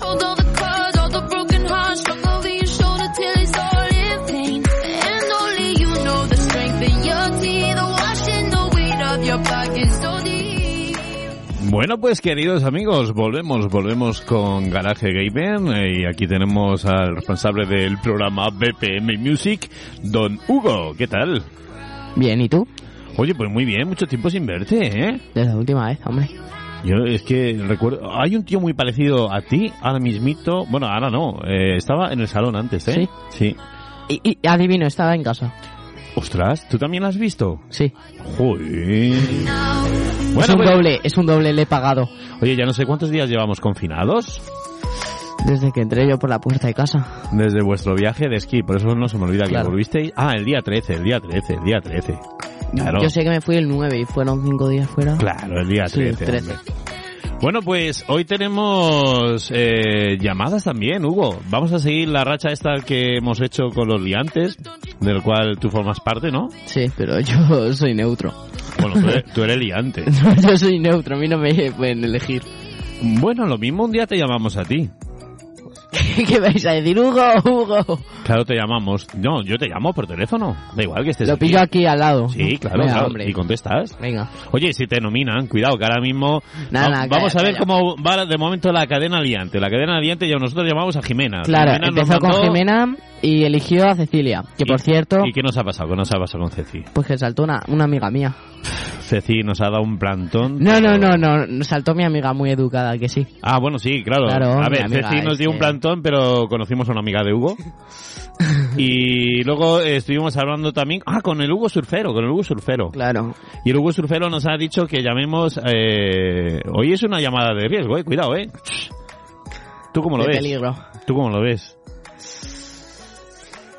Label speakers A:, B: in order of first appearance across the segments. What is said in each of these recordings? A: Hold all the cards, all the broken hearts strung over your shoulder till it's all in vain. And only you know the strength in your teeth, washing the weight of your pockets so deep.
B: Bueno, pues queridos amigos, volvemos, volvemos con Garaje Gamer eh, y aquí tenemos al responsable del programa BPM Music, don Hugo. ¿Qué tal?
C: Bien, ¿y tú?
B: Oye, pues muy bien, mucho tiempo sin verte, ¿eh?
C: Desde la última vez, hombre.
B: Yo es que recuerdo, hay un tío muy parecido a ti, ahora mismito, bueno, ahora no, eh, estaba en el salón antes, ¿eh? Sí.
C: Y, y adivino, estaba en casa.
B: Ostras, ¿tú también la has visto?
C: Sí.
B: Joder.
C: es un
B: pues-
C: doble, es un doble, le he pagado.
B: Oye, ya no sé cuántos días llevamos confinados
C: Desde que entré yo por la puerta de casa.
B: desde vuestro viaje de esquí, por eso no se me olvida
C: Claro.
B: que volvisteis. Ah, el día 13, el día 13, el día 13. Claro.
C: Yo sé que me fui el 9 y fueron 5 días fuera.
B: Claro, el día
C: Sí,
B: 13.
C: el 13.
B: hombre. Bueno, pues hoy tenemos eh, llamadas también, Hugo. Vamos a seguir la racha esta que hemos hecho con los liantes, del cual tú formas parte, ¿no?
C: Sí, pero yo soy neutro.
B: Bueno, tú eres, tú eres liante.
C: yo soy neutro, a mí no me pueden elegir.
B: Bueno, lo mismo un día te llamamos a ti.
C: ¿Qué vais a decir, Hugo, Hugo?
B: Claro, te llamamos. No, yo te llamo por teléfono. Da igual que estés
C: Lo
B: aquí.
C: pillo aquí al lado.
B: Sí, claro,
C: Venga,
B: claro.
C: hombre.
B: Y contestas.
C: Venga.
B: Oye, si te nominan, cuidado, que ahora mismo
C: Nada,
B: va-
C: nada,
B: vamos
C: calla,
B: a ver
C: calla.
B: cómo va de momento la cadena aliante. La cadena aliante ya nosotros llamamos a Jimena.
C: Claro,
B: Jimena nos
C: empezó con
B: mandó-
C: Jimena y eligió a Cecilia, que por
B: ¿Y-
C: cierto,
B: ¿Y qué nos ha pasado? ¿Qué nos ha pasado con Ceci?
C: pues que saltó una, una amiga mía.
B: Ceci nos ha dado un plantón.
C: No, no,
B: pero-
C: no, no, saltó mi amiga muy educada, que sí.
B: Ah, bueno, sí, claro.
C: Claro,
B: a
C: mi
B: ver,
C: amiga,
B: Ceci nos dio
C: este-
B: un plantón, pero conocimos a una amiga de Hugo. Y luego eh, estuvimos hablando también, ah, con el Hugo Surfero, con el Hugo Surfero.
C: Claro.
B: Y el Hugo Surfero nos ha dicho que llamemos, eh, hoy es una llamada de riesgo, eh, cuidado, eh. ¿Tú cómo lo
C: de
B: ves?
C: peligro.
B: ¿Tú cómo lo ves?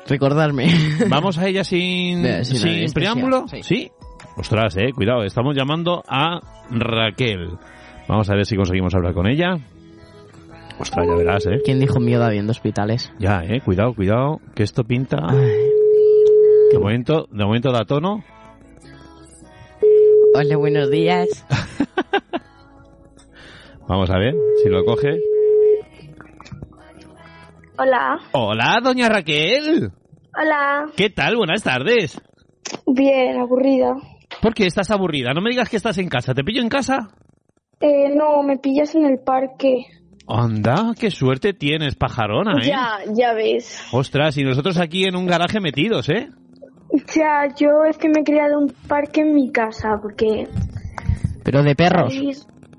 C: Recordarme.
B: ¿Vamos a ella sin,
C: Eh, sin
B: sin
C: anestesia,
B: preámbulo?
C: sí.
B: Ostras, eh, cuidado, estamos llamando a Raquel. Vamos a ver si conseguimos hablar con ella. Ostras, ya verás, eh.
C: ¿Quién dijo miedo habiendo hospitales?
B: Ya, eh, cuidado, cuidado, que esto pinta. De momento, de momento da tono.
C: Hola, buenos días.
B: Vamos a ver si lo coge.
D: Hola,
B: Hola, doña Raquel.
D: hola.
B: ¿Qué tal? Buenas tardes.
D: Bien, aburrida.
B: ¿Por qué estás aburrida? No me digas que estás en casa. ¿Te pillo en casa?
D: Eh, no, me pillas en el parque.
B: Anda, qué suerte tienes, pajarona, ¿eh?
D: Ya, ya ves.
B: Ostras, y nosotros aquí en un garaje metidos, ¿eh?
D: Ya, yo es que me he creado un parque en mi casa porque
C: Pero de
B: Ah,
C: perros.
D: salir,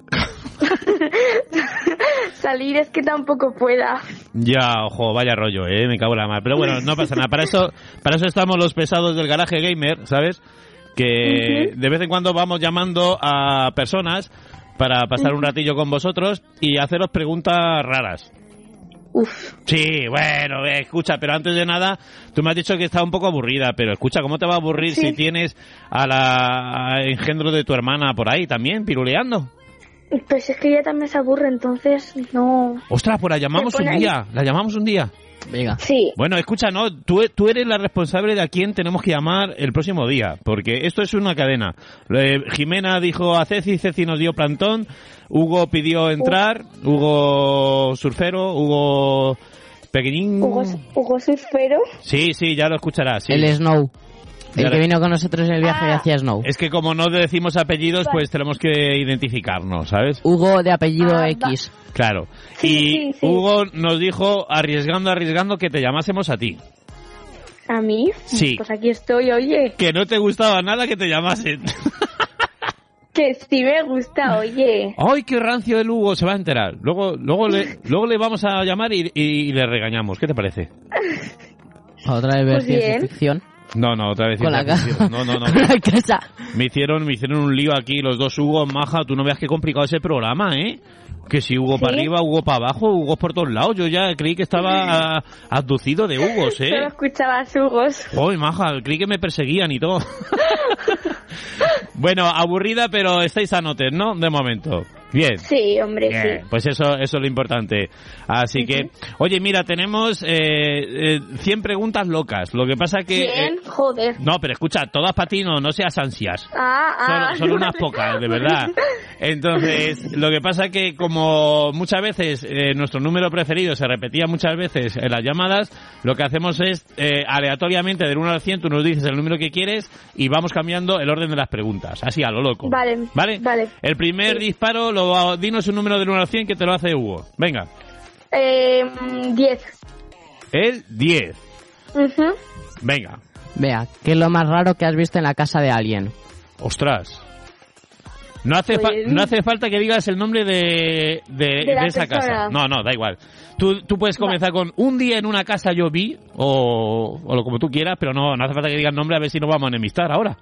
D: salir es que tampoco pueda.
B: Ya, ojo, vaya rollo, ¿eh? Me cago en la mar. Pero bueno, no pasa nada. Para eso, para eso estamos los pesados del garaje gamer, ¿sabes? Que de vez en cuando vamos llamando a personas para pasar un ratillo con vosotros y haceros preguntas raras.
D: Uf,
B: Sí, bueno, eh, escucha, pero antes de nada, tú me has dicho que está un poco aburrida, pero escucha, ¿cómo te va a aburrir
D: Sí.
B: si tienes a la a engendro de tu hermana por ahí también, piruleando?
D: pues es que ella también se aburre, entonces no.
B: Ostras, pues la llamamos
D: pone
B: un
D: ahí.
B: día, la llamamos un día.
C: Venga.
D: Sí,
B: Bueno, escucha, no, tú, tú eres la responsable de a quién tenemos que llamar el próximo día, porque esto es una cadena. Eh, Jimena dijo a Ceci, Ceci nos dio plantón, Hugo pidió entrar, Hugo surfero, Hugo pequeñín.
D: Hugo, Hugo Surfero.
B: Sí, sí, ya lo escucharás. sí.
C: El Snow. El
B: Ya
C: que
B: le-
C: vino con nosotros en el viaje
D: Ah.
C: y hacía Snow.
B: Es que como no decimos apellidos, pues tenemos que identificarnos, ¿sabes?
C: Hugo de apellido
D: Ah, va.
C: X.
B: Claro.
D: Sí,
B: y
D: sí, sí.
B: Hugo nos dijo, arriesgando, arriesgando, que te llamásemos a ti.
D: ¿A mí?
B: Sí.
D: Pues aquí estoy, oye.
B: Que no te gustaba nada que te llamasen.
D: Que sí me gusta, oye.
B: ¡Ay, qué rancio el Hugo! Se va a enterar. Luego, luego, le, luego le vamos a llamar y, y le regañamos. ¿Qué te parece?
C: Otra vez ver
D: Pues
C: ciencia
D: bien.
C: ficción.
B: No, no, otra vez.
C: Con la, ca-
B: No, no, no.
C: con la casa.
B: Me hicieron, me hicieron un lío aquí los dos Hugo, Maja. Tú no veas qué complicado ese programa, ¿eh? Que si Hugo para
D: Sí.
B: arriba, Hugo para abajo, Hugo por todos lados. Yo ya creí que estaba ah, abducido de Hugos,
D: Solo
B: ¿eh?
D: escuchabas Hugos.
B: Joder, Maja, creí que me perseguían y todo. bueno, aburrida, pero estáis anotes, ¿no? De momento. Bien.
E: Sí, hombre,
B: Bien,
E: sí.
B: pues eso, eso es lo importante. Así que, oye, mira, tenemos eh, eh, 100 preguntas locas. Lo que pasa que... eh,
E: Bien, joder.
B: no, pero escucha, todas para ti no, no seas ansias.
E: Ah, ah.
B: Son, son unas pocas, de verdad. Entonces, lo que pasa que como muchas veces eh, nuestro número preferido se repetía muchas veces en las llamadas, lo que hacemos es eh, aleatoriamente del 1 al 100 tú nos dices el número que quieres y vamos cambiando el orden de las preguntas, así a lo loco.
E: Vale,
B: ¿Vale?
E: vale.
B: El primer disparo, lo, dinos un número del 1 al 100 que te lo hace Hugo. Venga,
E: Eh, mm, diez.
B: el 10.
E: Ujú.
B: Venga.
C: Vea, ¿qué es lo más raro que has visto en la casa de alguien?
B: Ostras. No hace, fa-
E: Pues-
B: no hace falta que digas el nombre de, de-
E: De la
B: de esa
E: persona.
B: casa. No, no, da igual. Tú, tú puedes comenzar con un día en una casa yo vi, o, o lo como tú quieras, pero no, no hace falta que digas nombre a ver si nos vamos a enemistar ahora.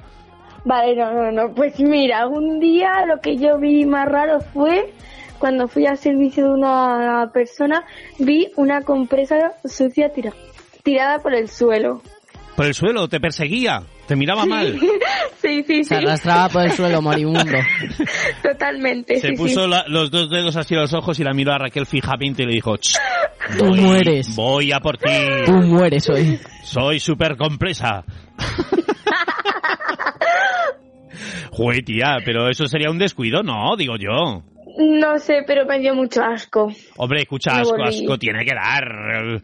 E: Vale, no, no, no. Pues mira, un día lo que yo vi más raro fue cuando fui al servicio de una persona, vi una compresa sucia tira- tirada por el suelo.
B: Por el suelo, te perseguía, te miraba mal.
E: Sí, sí, sí.
C: Se arrastraba por el suelo moribundo.
E: Totalmente.
B: Se
E: sí,
B: puso
E: sí.
B: la- los dos dedos así a los ojos y la miró a Raquel fijamente y le dijo, "Ch,
C: Tú
B: voy-
C: mueres.
B: Voy a por ti.
C: Tú mueres hoy.
B: Soy super compresa. Jue, tía, pero eso sería un descuido, no, digo yo.
E: No sé, pero me dio mucho asco.
B: Hombre, escucha,
E: Me
B: asco,
E: volví.
B: asco tiene que dar.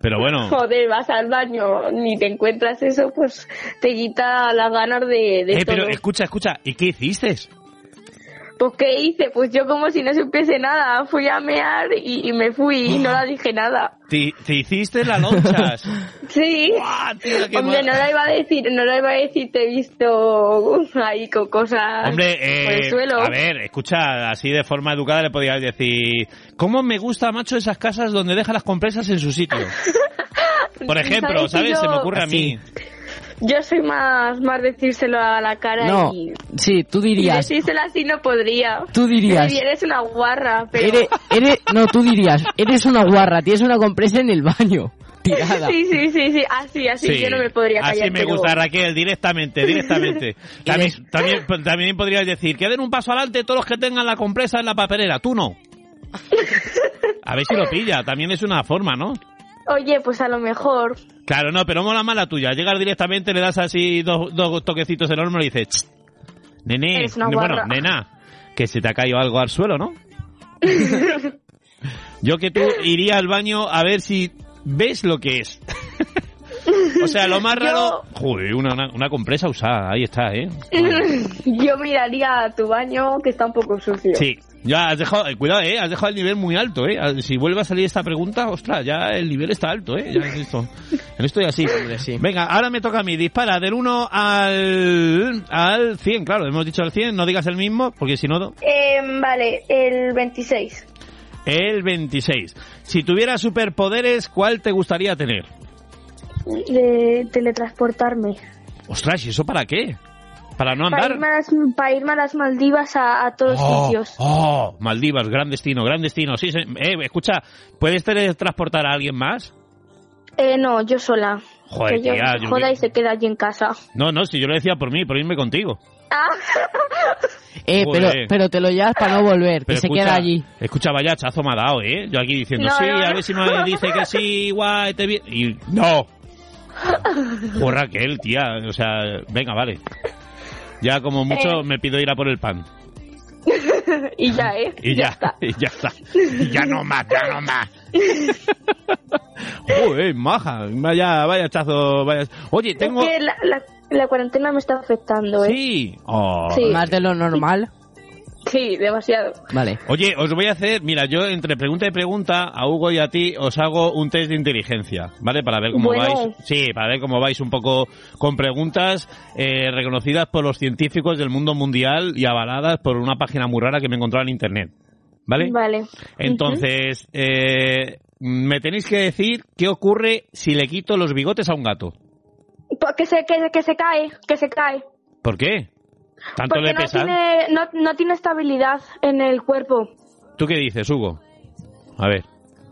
B: Pero bueno,
E: Joder, vas al baño, ni te encuentras eso, pues te quita las ganas de, de
B: eh, pero
E: todo.
B: escucha, escucha, ¿y qué hiciste?
E: Pues, ¿qué hice? Pues yo como si no supiese nada, fui a mear y, y me fui y no la dije nada.
B: Te, te hiciste las lonchas.
E: Sí.
B: ¡Guau, tío, qué
E: Hombre,
B: mola!
E: no la iba a decir, no la iba a decir, te he visto ahí con cosas
B: Hombre,
E: por
B: eh,
E: el suelo.
B: a ver, escucha, así de forma educada le podías decir, ¿cómo me gusta, macho, esas casas donde deja las compresas en su sitio? Por ejemplo,
E: ¿Sabes
B: ¿sabes?
E: que
B: Se me
E: yo-
B: ocurre a mí.
E: Yo soy más, más decírselo a la cara
C: No,
E: y,
C: sí, tú
E: y
C: dirías.
E: decírselo así no podría.
C: Tú dirías.
E: Sí, eres una guarra, pero...
C: Eres, eres, no, tú dirías, eres una guarra, tienes una compresa en el baño, tirada.
E: Sí, sí, sí, sí, así, así, yo no me podría callar.
B: Así me
E: pero-
B: gusta, Raquel, directamente, directamente. también, también, también podrías decir que den un paso adelante todos los que tengan la compresa en la papelera, tú no. A ver si lo pilla, también es una forma, ¿no?
E: Oye, pues a lo mejor...
B: Claro, no, pero mola más la tuya. Llegas directamente, le das así dos, dos toquecitos enormes y le dices, "Ch, nene,
E: Eres una
B: bueno,
E: guarra.
B: nena, que se te ha caído algo al suelo, ¿no? Yo que tú iría al baño a ver si ves lo que es. o sea, lo más raro... Joder, una, una, una compresa usada, ahí está, ¿eh?
E: Yo miraría a tu baño, que está un poco sucio.
B: Sí. Ya has dejado, eh, cuidado, eh, has dejado el nivel muy alto, eh. Ah, Si vuelve a salir esta pregunta, ostras, ya el nivel está alto, eh. Ya en esto, en esto y así.
C: Hombre, sí.
B: Venga, ahora me toca a mí. Dispara del 1 al, al 100, claro, hemos dicho al 100, no digas el mismo, porque si no,
E: Em, vale, el 26.
B: el 26. Si tuvieras superpoderes, ¿cuál te gustaría tener?
E: De teletransportarme.
B: Ostras, ¿y eso para qué? ¿Para no
E: Para
B: andar?
E: irme, a las, para irme a las Maldivas a, a todos
B: Oh,
E: sitios.
B: oh, Maldivas, gran destino, gran destino. Sí, sí. Eh, escucha, ¿puedes teletransportar a alguien más?
E: Eh, no, yo sola.
B: Joder,
E: que yo
B: tía,
E: me
B: yo
E: joda
B: vi-
E: y se queda allí en casa.
B: No, no, si yo lo decía por mí, por irme contigo.
E: Ah,
C: Eh, pero,
B: Joder.
C: pero te lo llevas para no volver, que
B: Pero
C: se
B: escucha,
C: queda allí.
B: Escucha, vaya chazo me ha dado, ¿eh? Yo aquí diciendo,
E: No,
B: sí,
E: no,
B: a
E: no.
B: ver si me dice que sí, guay, te vi... Y no. Por Raquel, tía, o sea, venga, vale. Ya como mucho
E: Eh.
B: me pido ir a por el pan.
E: y ya, ¿eh?
B: Y ya,
E: está.
B: y ya está. Y ya no más, ya no más. Joder, maja, vaya, vaya chazo, vaya... Oye, tengo...
E: Es que la, la- la cuarentena me está afectando, ¿eh?
B: Sí. Oh,
E: Sí.
C: Más de lo normal.
E: Sí, demasiado.
C: Vale.
B: Oye, os voy a hacer, mira, yo entre pregunta y pregunta a Hugo y a ti os hago un test de inteligencia, ¿vale? Para ver cómo
E: Bueno.
B: vais. Sí, para ver cómo vais un poco con preguntas eh, reconocidas por los científicos del mundo mundial y avaladas por una página muy rara que me encontraba en internet, ¿vale?
E: Vale.
B: Entonces, eh, me tenéis que decir qué ocurre si le quito los bigotes a un gato.
E: Pues Que se, que, que se cae, que se cae.
B: ¿Por qué? ¿Tanto
E: Porque
B: le
E: no
B: pesa?
E: tiene, no, no tiene estabilidad en el cuerpo.
B: ¿Tú qué dices, Hugo? A ver.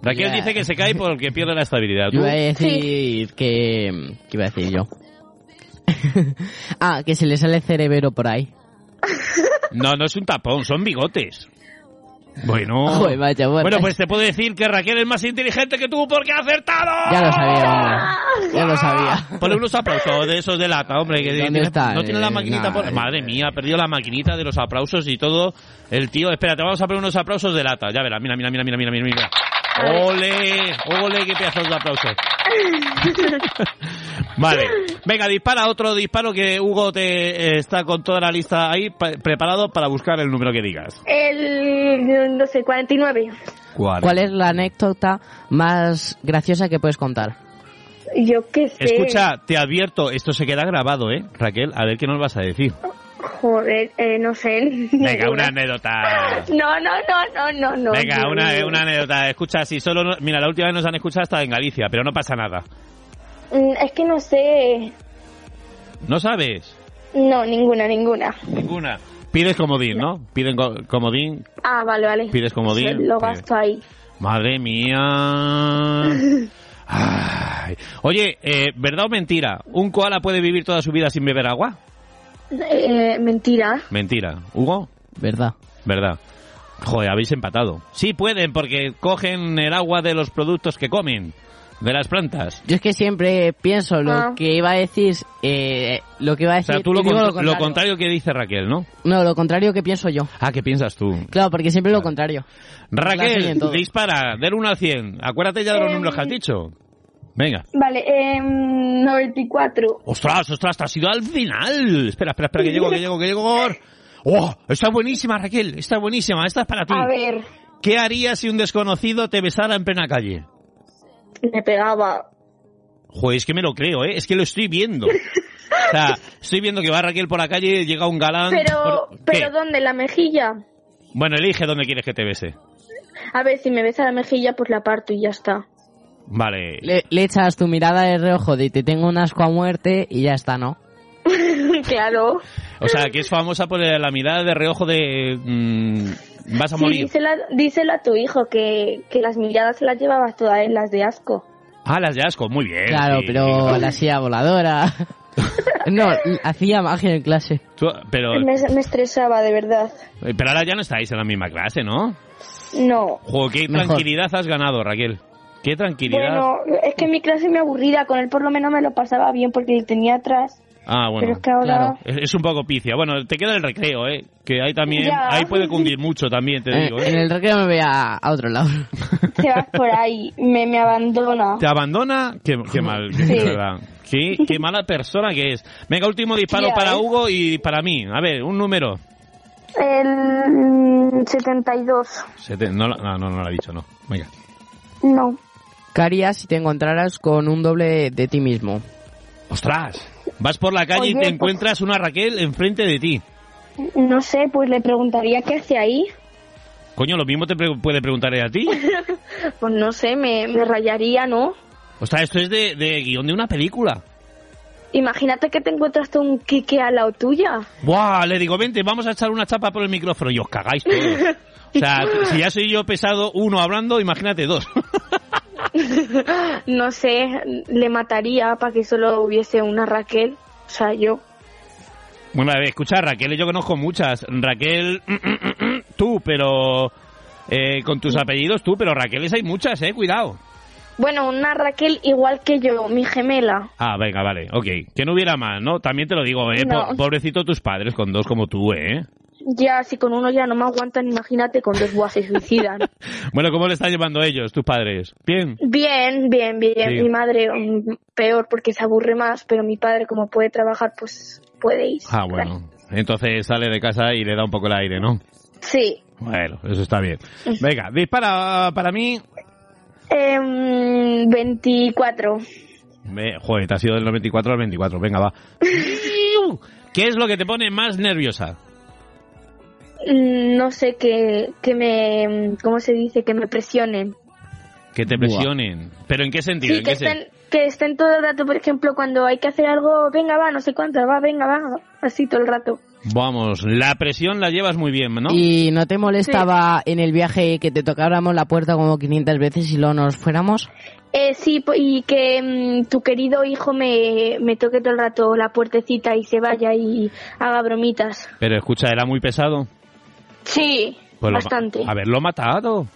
B: Raquel
C: Ya.
B: dice que se cae porque pierde la estabilidad. ¿Tú?
C: Yo iba a decir que... ¿Qué iba a decir yo? ah, que se le sale cerebro por ahí.
B: No, no es un tapón, son bigotes. Bueno.
C: Joder, macho, bueno.
B: Oh. bueno, pues te puedo decir que Raquel es más inteligente que tú porque ha acertado.
C: Ya lo sabía, hombre. Ya lo sabía.
B: Ponle unos aplausos de esos de lata, hombre. Que
C: ¿Dónde
B: tiene-
C: está?
B: No tiene la
C: Eh,
B: maquinita.
C: nah,
B: por-
C: eh.
B: Madre mía, ha perdido la maquinita de los aplausos y todo. El tío, espérate, vamos a poner unos aplausos de lata. Ya verás, mira, mira, mira, mira, mira, mira, mira. ¡Ole! ¡Ole! ¡Qué pedazos de aplausos! Vale. Venga, dispara otro disparo que Hugo te eh, está con toda la lista ahí pa- preparado para buscar el número que digas.
E: El, no sé, 49.
C: ¿Cuál es la anécdota más graciosa que puedes contar?
E: Yo qué sé.
B: Escucha, te advierto, esto se queda grabado, ¿eh, Raquel? A ver qué nos vas a decir.
E: Joder, eh, no sé.
B: Venga, una anécdota.
E: No, no, no, no, no, no.
B: Venga,
E: No,
B: una, eh,
E: no.
B: una anécdota. Escucha, si solo... no- mira, la última vez nos han escuchado hasta en Galicia, pero no pasa nada.
E: Mm, Es que no sé.
B: ¿No sabes?
E: No, ninguna, ninguna.
B: Ninguna. Pides comodín, ¿no? Piden co- comodín.
E: Ah, vale, vale.
B: Pides comodín.
E: Lo
B: Pide-
E: gasto ahí.
B: Madre mía. Ay. Oye, eh, ¿verdad o mentira? ¿Un koala puede vivir toda su vida sin beber agua?
E: Eh, mentira.
B: Mentira. ¿Hugo?
C: ¿Verdad?
B: ¿Verdad? Joder, habéis empatado. Sí pueden, porque cogen el agua de los productos que comen, de las plantas.
C: Yo es que siempre pienso lo
E: Ah.
C: que iba a decir, eh, lo que iba a
B: O
C: decir.
B: sea, tú lo,
C: y digo
B: cont- lo contrario que dice Raquel, ¿no?
C: No, lo contrario que pienso yo.
B: Ah, ¿qué piensas tú?
C: Claro, porque siempre
B: Ah.
C: lo contrario. La
B: Raquel,
C: hacen todo.
B: dispara, del 1 al 100. Acuérdate ya de los
E: Em.
B: números que has dicho. Venga.
E: Vale, eh, 94.
B: Ostras, ostras, te has ido al final. Espera, espera, espera, que llego, que llego, que llego. ¡Oh! Está buenísima, Raquel. Está buenísima. Esta es para ti.
E: A ver,
B: ¿Qué harías si un desconocido te besara en plena calle?
E: me pegaba.
B: Joder, es que me lo creo, ¿eh? Es que lo estoy viendo. O sea, estoy viendo que va Raquel por la calle, llega un galán...
E: Pero,
B: por- ¿Qué?
E: pero ¿dónde? ¿La mejilla?
B: Bueno, elige dónde quieres que te bese.
E: A ver, si me besa la mejilla, pues la parto y ya está.
B: Vale.
C: Le, le echas tu mirada de reojo de te tengo un asco a muerte y ya está, ¿no?
E: claro.
B: O sea, que es famosa por la mirada de reojo de... mm, vas a
E: Sí,
B: morir.
E: dísela, dísela a tu hijo que, que las miradas se las llevabas todas en las de asco.
B: Ah, las de asco, muy bien.
C: Claro,
B: sí.
C: pero la silla voladora. no, hacía magia en clase.
B: Tú- pero,
E: Me, me estresaba, de verdad.
B: pero ahora ya no estáis en la misma clase, ¿no?
E: No.
B: Juego, qué
C: Mejor.
B: tranquilidad has ganado, Raquel. Qué tranquilidad.
E: Bueno, es que mi clase me aburrida. Con él por lo menos me lo pasaba bien porque le tenía atrás.
B: ah, bueno.
E: pero es que ahora...
B: Es es un poco picia. Bueno, te queda el recreo, ¿eh? Que ahí también...
E: Ya.
B: Ahí puede cundir mucho también, te
C: Eh,
B: digo, ¿eh?
C: en el recreo me voy a, a otro lado.
E: Te vas por ahí, me, me abandona.
B: Te abandona, qué, qué mal, de
E: Sí.
B: verdad. Qué, qué mala persona que es. Venga, último disparo
E: Ya,
B: para
E: ¿eh?
B: Hugo y para mí. A ver, un número.
E: El 72.
B: Sete- no, la- no, no, no lo he dicho, no. Venga.
E: No.
C: ¿Qué harías si te encontraras con un doble de ti mismo?
B: ¡Ostras! Vas por la calle y
E: Oye,
B: te
E: pues-
B: encuentras una Raquel enfrente de ti.
E: No sé, pues le preguntaría qué hace ahí.
B: Coño, lo mismo te pre- puede preguntar ella a ti.
E: Pues no sé, me, me rayaría, ¿no?
B: Ostras, esto es de, de guión de una película.
E: Imagínate que te encuentras tú un Kike al lado tuya.
B: ¡Buah! Le digo, vente, vamos a echar una chapa por el micrófono. Y os cagáis todos. O sea, si ya soy yo pesado uno hablando, imagínate dos.
E: No sé, le mataría para que solo hubiese una Raquel. O sea, yo.
B: Bueno, a ver, escucha, Raquel, yo conozco muchas. Raquel, tú, pero... eh, con tus apellidos tú, pero Raqueles hay muchas, eh, cuidado.
E: Bueno, una Raquel igual que yo, mi gemela.
B: Ah, venga, vale, ok. Que no hubiera más, ¿no? También te lo digo, eh,
E: No.
B: po- pobrecito tus padres con dos como tú, eh.
E: Ya, si con uno ya no me aguantan, imagínate con dos buas se suicidan.
B: Bueno, ¿cómo le están llevando ellos, tus padres? Bien.
E: Bien, bien, bien.
B: Sí.
E: Mi madre mm, peor porque se aburre más, pero mi padre como puede trabajar, pues puede ir.
B: Ah, bueno. Entonces sale de casa y le da un poco el aire, ¿no?
E: Sí.
B: Bueno, eso está bien. Venga, dispara para mí.
E: Em, 24.
B: Me, joder, te has ido del 94 al 24. Venga, va. ¡Iu! ¿Qué es lo que te pone más nerviosa?
E: Mm, No sé que, que me... mm, ¿Cómo se dice? Que me presionen.
B: Que te
C: Buah.
B: presionen. ¿Pero en qué sentido?
E: Sí,
B: ¿En
E: que
B: qué sen-
E: estén, que estén todo el rato, por ejemplo, cuando hay que hacer algo, venga, va, no sé cuánto, va, venga, va, así todo el rato.
B: Vamos, la presión la llevas muy bien, ¿no?
C: ¿Y no te molestaba en el viaje que te tocáramos la puerta como 500 veces y luego nos fuéramos?
E: Eh, sí, po- y que mm, tu querido hijo me, me toque todo el rato la puertecita y se vaya y haga bromitas.
B: Pero escucha, era muy pesado.
E: Sí,
B: Pues lo ma-
E: bastante.
B: haberlo matado.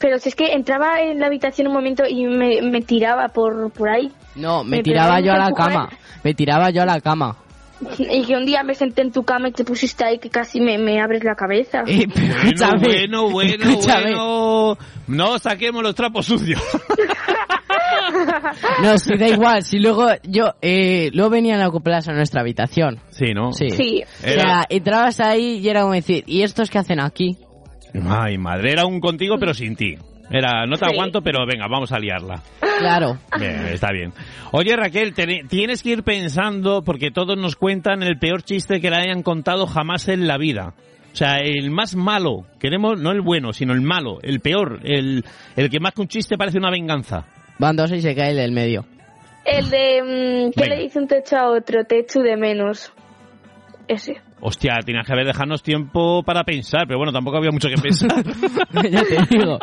E: Pero si es que entraba en la habitación un momento y me, me tiraba por, por ahí.
C: No, me
E: Me
C: tiraba
E: pegaron
C: yo a la
E: unas
C: cama. Me tiraba yo a la cama.
E: Y que un día me senté en tu cama y te pusiste ahí que casi me, me abres la cabeza.
C: Eh, pero
B: Bueno,
C: escúchame,
B: bueno, bueno,
C: escúchame.
B: bueno. No saquemos los trapos sucios.
C: No, sí, da igual. Si luego yo, eh, luego venían a acoplarse a nuestra habitación.
B: Sí, ¿no?
C: Sí.
E: Sí.
C: O
B: Era-
C: sea, entrabas ahí y era como decir, ¿y estos qué hacen aquí?
B: Ay, madre, era un contigo pero sin ti. Era, no te
E: Sí.
B: aguanto, pero venga, vamos a liarla.
C: Claro.
B: Bien, está bien. Oye, Raquel, te- tienes que ir pensando, porque todos nos cuentan el peor chiste que le hayan contado jamás en la vida. O sea, el más malo. Queremos, no el bueno, sino el malo, el peor, el, el que más que un chiste parece una venganza.
C: Van dos y se cae el del medio.
E: El de... mm, ¿Qué
B: Venga.
E: le dice un techo a otro? Te echo de menos. Ese.
B: Hostia, tenías que haber dejarnos tiempo para pensar, pero bueno, tampoco había mucho que pensar.
C: ya te digo.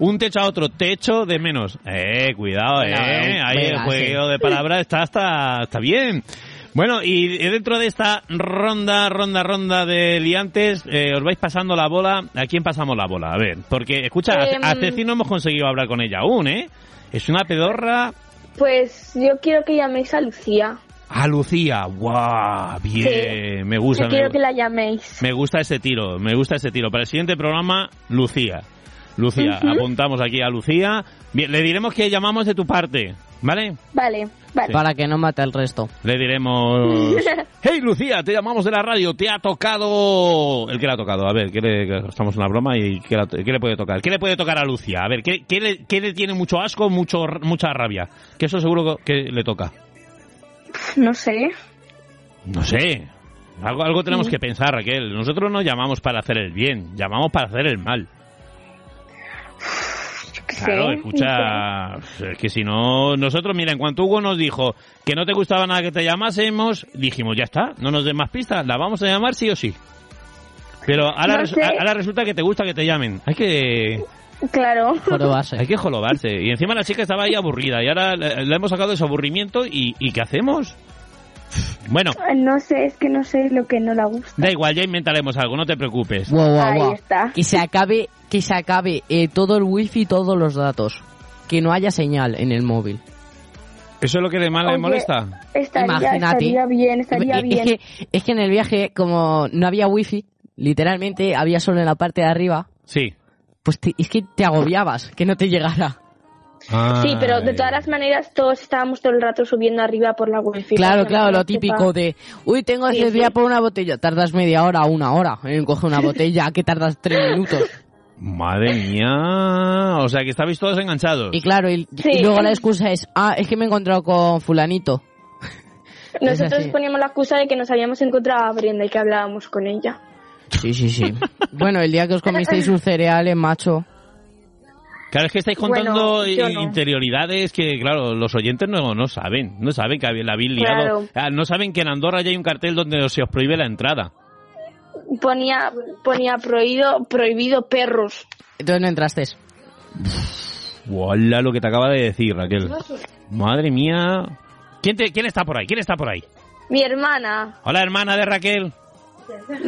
B: un techo a otro, techo de menos. Eh, cuidado, eh.
C: Bueno,
B: Ahí el
C: venga,
B: juego de palabras está, está, está bien. Bueno, y dentro de esta ronda, ronda, ronda de liantes, eh, os vais pasando la bola. ¿A quién pasamos la bola? A ver, porque, escucha,
E: Em.
B: a Ceci no hemos conseguido hablar con ella aún, ¿eh? Es una pedorra.
E: Pues yo quiero que llaméis a Lucía.
B: A Lucía, guau, bien, me gusta.
E: Yo
B: me
E: quiero
B: gu-
E: que la llaméis.
B: Me gusta ese tiro, me gusta ese tiro. Para el siguiente programa, Lucía. Lucía, apuntamos aquí a Lucía. Bien, le diremos que llamamos de tu parte, ¿vale?
E: Vale, vale.
C: Para que no mate al resto.
B: Le diremos... ¡Hey, Lucía! Te llamamos de la radio, te ha tocado... ¿El que le ha tocado? A ver, ¿qué le... estamos en una broma y ¿qué, la- qué le puede tocar? ¿Qué le puede tocar a Lucía? A ver, ¿qué, qué le... qué le tiene mucho asco, mucho mucha rabia? Que eso seguro que le toca.
E: No sé.
B: No sé. Algo, algo tenemos que pensar, Raquel. Nosotros no llamamos para hacer el bien, llamamos para hacer el mal.
E: Yo qué
B: Claro,
E: sé.
B: escucha, es que si no, nosotros, mira, en cuanto Hugo nos dijo que no te gustaba nada que te llamásemos, dijimos, ya está, no nos den más pistas, la vamos a llamar sí o sí. Pero ahora,
E: No
B: resu-
E: sé.
B: ahora resulta que te gusta que te llamen. Hay que,
E: Claro.
B: hay
C: Jorobase.
B: que jolobarse. Y encima la chica estaba ahí aburrida y ahora la la hemos sacado de su aburrimiento y, ¿y ¿qué hacemos? Bueno,
E: No sé, es que no sé lo que no la gusta.
B: da igual, ya inventaremos algo, no te preocupes.
C: Guau, guau,
E: Ahí
C: guau.
E: está.
C: Que se acabe, que se acabe eh, todo el wifi y todos los datos. Que no haya señal en el móvil.
B: ¿Eso es lo que de mal le
E: Oye,
B: molesta?
E: Estaría,
C: Imagínate.
E: estaría bien, estaría
C: es,
E: bien.
C: Que, es que en el viaje, como no había wifi, literalmente había solo en la parte de arriba,
B: Sí.
C: pues te- es que te agobiabas que no te llegara.
E: Sí, pero de
B: Ay.
E: todas las maneras todos estábamos todo el rato subiendo arriba por la wifi.
C: claro,
E: Porque
C: claro,
E: no
C: lo
E: sepa-
C: típico de, uy, tengo
E: Sí,
C: que
E: sí.
C: día por una botella. Tardas media hora, una hora en coger una botella, que tardas tres minutos.
B: Madre mía. O sea, que estabais todos enganchados.
C: Y claro, y, y
E: Sí.
C: luego la excusa es, ah, es que me he encontrado con fulanito. Es
E: Nosotros
C: así.
E: poníamos la excusa de que nos habíamos encontrado a Brenda y que hablábamos con ella.
C: Sí, sí, sí. bueno, el día que os comisteis sus cereales, macho.
B: Claro, es que estáis
E: Bueno,
B: contando
E: yo
B: i-
E: no.
B: interioridades que, claro, los oyentes no, no saben. No saben que había- la habéis liado.
E: Claro.
B: Ah, No saben que en Andorra ya hay un cartel donde se os prohíbe la entrada.
E: Ponía, ponía prohibido, prohibido perros.
C: Entonces no entraste.
B: Hola, lo que te acaba de decir, Raquel. Madre mía. ¿Quién, te- ¿Quién está por ahí? ¿Quién está por ahí?
E: Mi hermana
B: Hola, hermana de Raquel.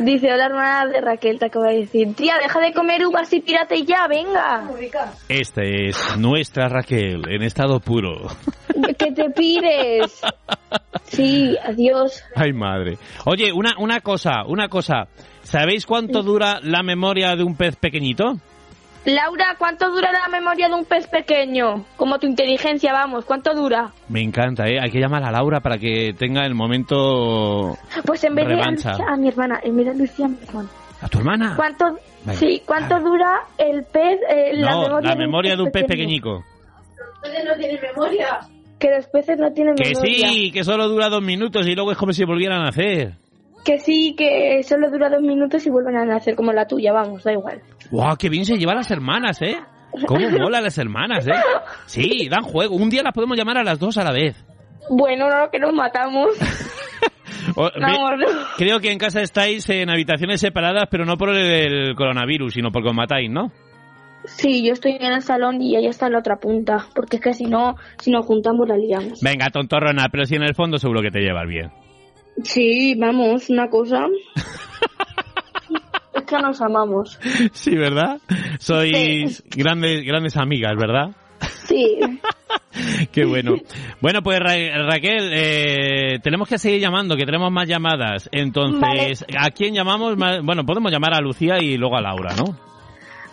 E: dice, hola hermana de Raquel, te acaba de decir, tía, deja de comer uvas y pírate ya, venga,
B: Esta Este es nuestra Raquel, en estado puro.
E: que te pires. Sí, adiós.
B: Ay, madre. Oye, una, una cosa, una cosa. ¿Sabéis cuánto dura la memoria de un pez pequeñito?
E: Laura, ¿cuánto dura la memoria de un pez pequeño? Como tu inteligencia, vamos, ¿cuánto dura?
B: Me encanta, ¿eh? Hay que llamar a Laura para que tenga el momento...
E: Pues en vez
B: Revancha. Ah,
E: de a, Lucía- a mi hermana, en vez de a Lucía, mi hermana.
B: ¿A tu hermana?
E: ¿Cuánto,
B: Venga,
E: sí, ¿cuánto
B: dale.
E: dura el pez, eh, la
B: no,
E: memoria,
B: la memoria de un pez pequeñico.
E: pequeño? Que los peces no tienen
B: Que
E: memoria.
B: sí, que solo dura dos minutos y luego es como si volvieran a nacer.
E: Que sí, que solo dura dos minutos y vuelven a nacer como la tuya, vamos, da igual.
B: ¡Guau, qué bien se llevan las hermanas, eh! ¿Cómo mola las hermanas, eh? Sí, dan juego. Un día las podemos llamar a las dos a la vez.
E: Bueno, no, que nos matamos.
B: O-
E: Vamos,
B: ve- Creo que en casa estáis en habitaciones separadas, pero no por el, el coronavirus, sino porque os matáis, ¿no?
E: Sí, yo estoy en el salón y ella está en la otra punta, porque es que si no, si nos juntamos la liamos.
B: Venga, tontorrona, pero si en el fondo seguro que te llevas bien.
E: Sí, vamos, una cosa.
D: que nos amamos.
B: Sí, ¿verdad? Sois grandes, grandes amigas, ¿verdad?
D: Sí.
B: Qué bueno. Bueno, pues Ra- Raquel, eh, tenemos que seguir llamando, que tenemos más llamadas. Entonces, ¿a quién llamamos? Ma- Bueno, podemos llamar a Lucía y luego a Laura, ¿no?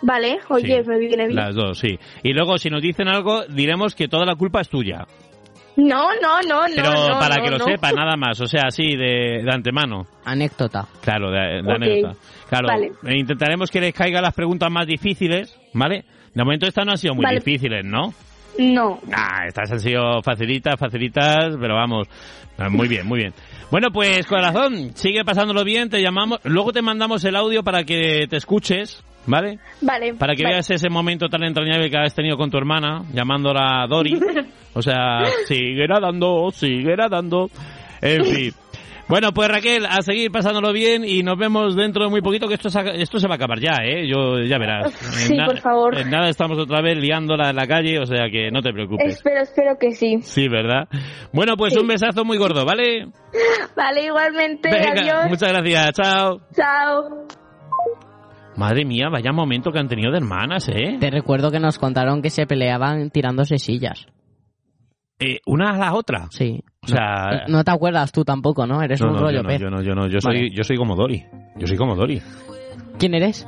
D: Vale, oye,
B: Sí.
D: me viene bien.
B: Las dos, sí. Y luego, si nos dicen algo, diremos que toda la culpa es tuya.
D: No, no, no, no.
B: Pero
D: no,
B: para
D: no,
B: que lo
D: no.
B: sepa, nada más. O sea, así, de, de antemano.
C: Anécdota.
B: Claro, de, de
D: Ok.
B: anécdota. Claro,
D: Vale.
B: e intentaremos que les caigan las preguntas más difíciles, ¿vale? De momento estas no han sido muy
D: Vale.
B: difíciles, ¿no?
D: No.
B: Ah, estas han sido facilitas, facilitas, pero vamos, ah, muy bien, muy bien. Bueno, pues corazón, sigue pasándolo bien, te llamamos, luego te mandamos el audio para que te escuches, ¿vale?
D: Vale.
B: Para que
D: vale.
B: veas ese momento tan entrañable que has tenido con tu hermana, llamándola Dori. O sea, sigue nadando, sigue nadando. En fin. Bueno, pues Raquel, a seguir pasándolo bien y nos vemos dentro de muy poquito, que esto, se ac- esto se va a acabar ya, ¿eh? Yo, ya verás.
D: Sí,
B: En na-
D: por favor.
B: En nada estamos otra vez liándola en la calle, o sea que no te preocupes.
D: Espero, espero que sí.
B: Sí, ¿verdad? Bueno, pues un besazo muy gordo, ¿vale?
D: Vale, igualmente.
B: Venga,
D: adiós.
B: muchas gracias, chao.
D: Chao.
B: Madre mía, vaya momento que han tenido de hermanas, ¿eh?
C: Te recuerdo que nos contaron que se peleaban tirándose sillas.
B: Eh, Una a la otra.
C: Sí.
B: O sea,
C: No te acuerdas tú tampoco, ¿no? Eres
B: No,
C: un
B: no,
C: rollo
B: yo no,
C: pez.
B: yo no, yo no, yo soy,
C: Vale.
B: yo soy como Dori. Yo soy como Dori.
C: ¿Quién eres?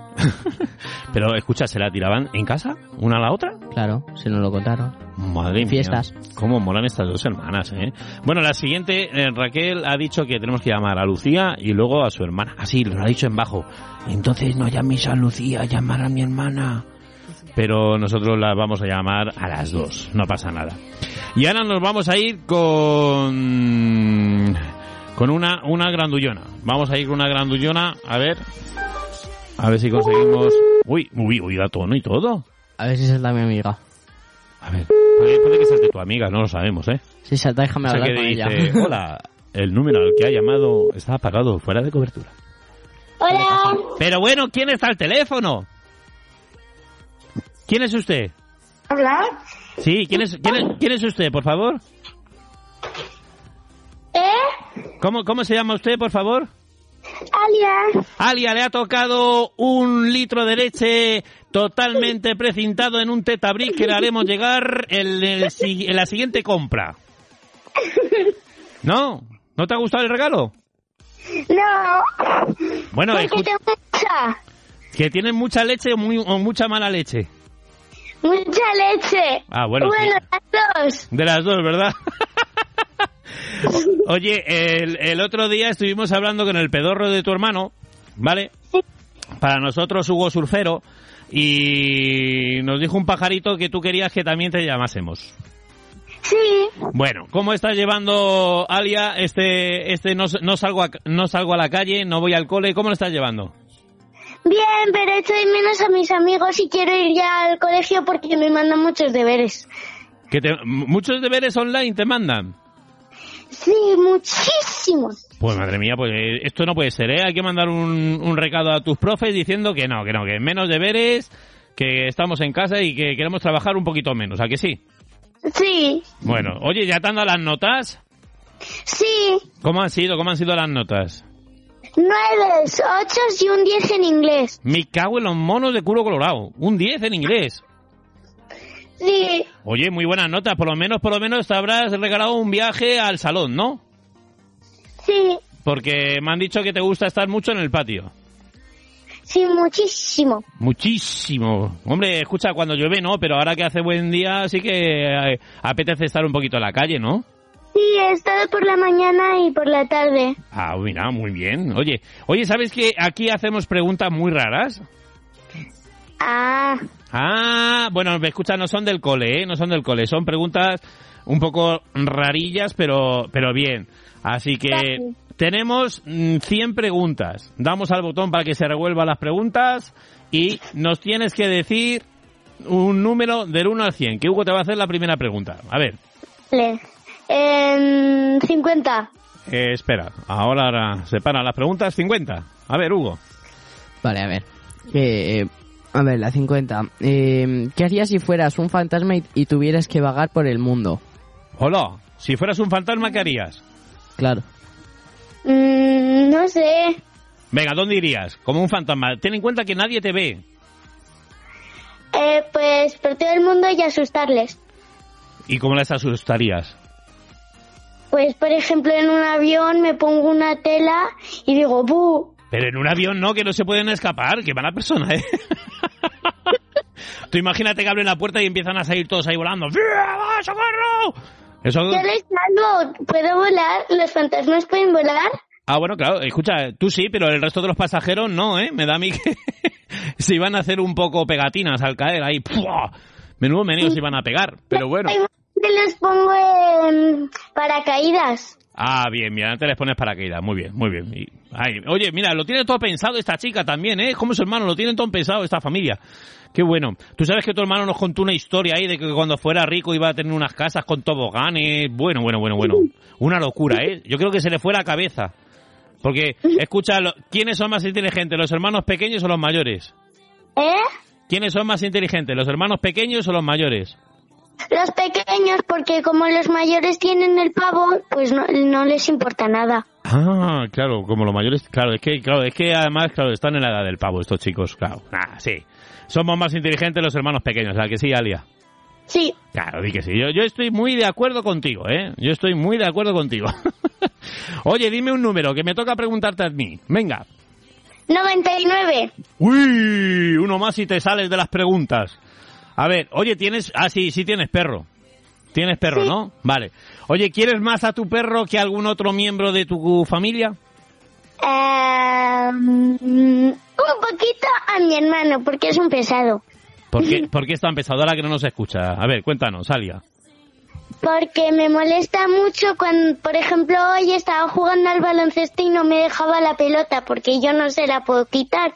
B: Pero escucha, ¿se la tiraban en casa? ¿Una a la otra?
C: Claro, se nos lo contaron.
B: Madre mía.
C: Fiestas.
B: Cómo molan estas dos hermanas, ¿eh? Bueno, la siguiente, eh, Raquel ha dicho que tenemos que llamar a Lucía y luego a su hermana. Así, lo ha dicho en bajo. Entonces no llaméis a Lucía, llamar a mi hermana. Pero nosotros la vamos a llamar a las dos, no pasa nada. Y ahora nos vamos a ir con... Con una, una grandullona. Vamos a ir con una grandullona, a ver. A ver si conseguimos... Uy, uy, uy, da tono y todo.
C: A ver si salta mi amiga.
B: A ver, puede, puede que salte tu amiga, no lo sabemos, ¿eh?
C: Si salta, déjame
B: O sea
C: hablar
B: que
C: con
B: dice, "Oh".
C: ella.
B: hola, el número al que ha llamado está apagado, fuera de cobertura.
D: Hola.
B: Pero bueno, ¿quién está al teléfono? ¿Quién es usted?
D: Hola.
B: Sí, ¿quién es, quién es, quién es usted, por favor?
D: ¿Eh?
B: ¿Cómo, ¿Cómo se llama usted, por favor?
D: Alias.
B: Alia le ha tocado un litro de leche totalmente precintado en un tetabric que le haremos llegar en, el si- en la siguiente compra. ¿No? ¿No te ha gustado el regalo?
D: No.
B: Bueno,
E: Pues
B: escu-
D: gusta?
B: que tienen mucha leche o, muy- o mucha mala leche.
D: Mucha leche.
B: Ah, bueno, Bueno, sí.
D: las
B: De las dos, ¿verdad? Oye, el, el otro día estuvimos hablando con el pedorro de tu hermano, ¿vale? Para nosotros Hugo Surfero y nos dijo un pajarito que tú querías que también te llamásemos.
D: Sí.
B: Bueno, ¿cómo estás llevando Alia este este no, no salgo a, no salgo a la calle, no voy al cole, ¿cómo lo estás llevando?
D: Bien, pero echo de menos a mis amigos y quiero ir ya al colegio porque me mandan muchos deberes.
B: Que te- m- muchos deberes online te mandan.
D: Sí, muchísimos.
B: Pues madre mía, pues eh, esto no puede ser, ¿eh? Hay que mandar un, un recado a tus profes diciendo que no, que no, que menos deberes, que estamos en casa y que queremos trabajar un poquito menos, ¿a que sí?
D: Sí,
B: Bueno, oye, ¿ya te han dado las notas?
D: sí.
B: ¿Cómo han sido? ¿Cómo han sido las notas?
D: Nueve, ocho y un diez en inglés.
B: Me cago en los monos de culo colorado. Un 10 en inglés.
D: Sí,
B: Oye, muy buenas notas. Por lo menos, por lo menos te habrás regalado un viaje al salón, ¿no?
D: sí,
B: Porque me han dicho que te gusta estar mucho en el patio.
D: sí, muchísimo.
B: Muchísimo. Hombre, escucha, cuando llueve no, pero ahora que hace buen día sí que eh, apetece estar un poquito en la calle, ¿no?
D: Sí, he estado por la mañana y por la tarde.
B: Ah, mira, muy bien. Oye, oye, ¿sabes que aquí hacemos preguntas muy raras?
D: Ah,
B: Ah, bueno, me escucha, no son del cole, ¿eh? No son del cole, son preguntas un poco rarillas, pero, pero bien. Así que
D: Gracias.
B: tenemos mm, 100 preguntas. Damos al botón para que se revuelvan las preguntas y nos tienes que decir un número del 1 al 100, que Hugo te va a hacer la primera pregunta. A ver.
D: le. En 50.
B: Eh, espera, ahora, ahora separan las preguntas 50. A ver, Hugo.
C: Vale, a ver. Que, eh, a ver, la 50. Eh, ¿Qué harías si fueras un fantasma y, y tuvieras que vagar por el mundo?
B: Hola, si fueras un fantasma, ¿qué harías?
C: Claro.
D: Mm, no sé.
B: Venga, ¿dónde irías? Como un fantasma. Ten en cuenta que nadie te ve.
E: Eh, pues por todo el mundo y asustarles.
B: ¿Y cómo las asustarías?
E: Pues por ejemplo en un avión me pongo una tela y digo, ¡bu!
B: Pero en un avión no, que no se pueden escapar. Qué mala persona, ¿eh? Tú imagínate que abren la puerta y empiezan a salir todos ahí volando. ¡Viva, socorro! Eso...
E: Yo les salvo, ¿puedo volar? ¿Los fantasmas pueden volar?
B: Ah, bueno, claro. Escucha, tú sí, pero el resto de los pasajeros no, ¿eh? Me da a mí que se iban a hacer un poco pegatinas al caer ahí. ¡Pua! Menudo menudo se iban a pegar. Pero bueno.
E: Hay muchos que los pongo en paracaídas.
B: Ah, bien, mira, antes les pones paracaídas. Muy bien, muy bien. Y- ay, oye, mira, lo tiene todo pensado esta chica también, ¿eh? Como su hermano, lo tienen todo pensado esta familia. Qué bueno. Tú sabes que tu hermano nos contó una historia ahí de que cuando fuera rico iba a tener unas casas con toboganes. Bueno, bueno, bueno, bueno. Una locura, ¿eh? Yo creo que se le fue la cabeza. Porque, escucha, lo- ¿quiénes son más inteligentes, los hermanos pequeños o los mayores?
E: ¿Eh?
B: ¿Quiénes son más inteligentes, los hermanos pequeños o los mayores?
E: Los pequeños, porque como los mayores tienen el pavo, pues no, no les importa nada.
B: Ah, claro, como los mayores, claro, es que, claro, es que además, claro, están en la edad del pavo estos chicos, claro. Ah, sí. Somos más inteligentes los hermanos pequeños, ¿a que sí, Alia?
E: Sí,
B: Claro, di que sí. Yo, yo estoy muy de acuerdo contigo, ¿eh? Yo estoy muy de acuerdo contigo. Oye, dime un número que me toca preguntarte a mí. Venga.
E: 99.
B: Uy, uno más y te sales de las preguntas. A ver, oye, tienes, ah, sí, sí tienes perro. Tienes perro, ¿no? Vale. Oye, ¿quieres más a tu perro que a algún otro miembro de tu familia?
E: Eh, mm, un poquito a mi hermano, porque es un pesado.
B: ¿Por qué, ¿Por qué es tan pesado ahora que no nos escucha? A ver, cuéntanos, Alia.
E: Porque me molesta mucho cuando, por ejemplo, hoy estaba jugando al baloncesto y no me dejaba la pelota porque yo no se la puedo quitar,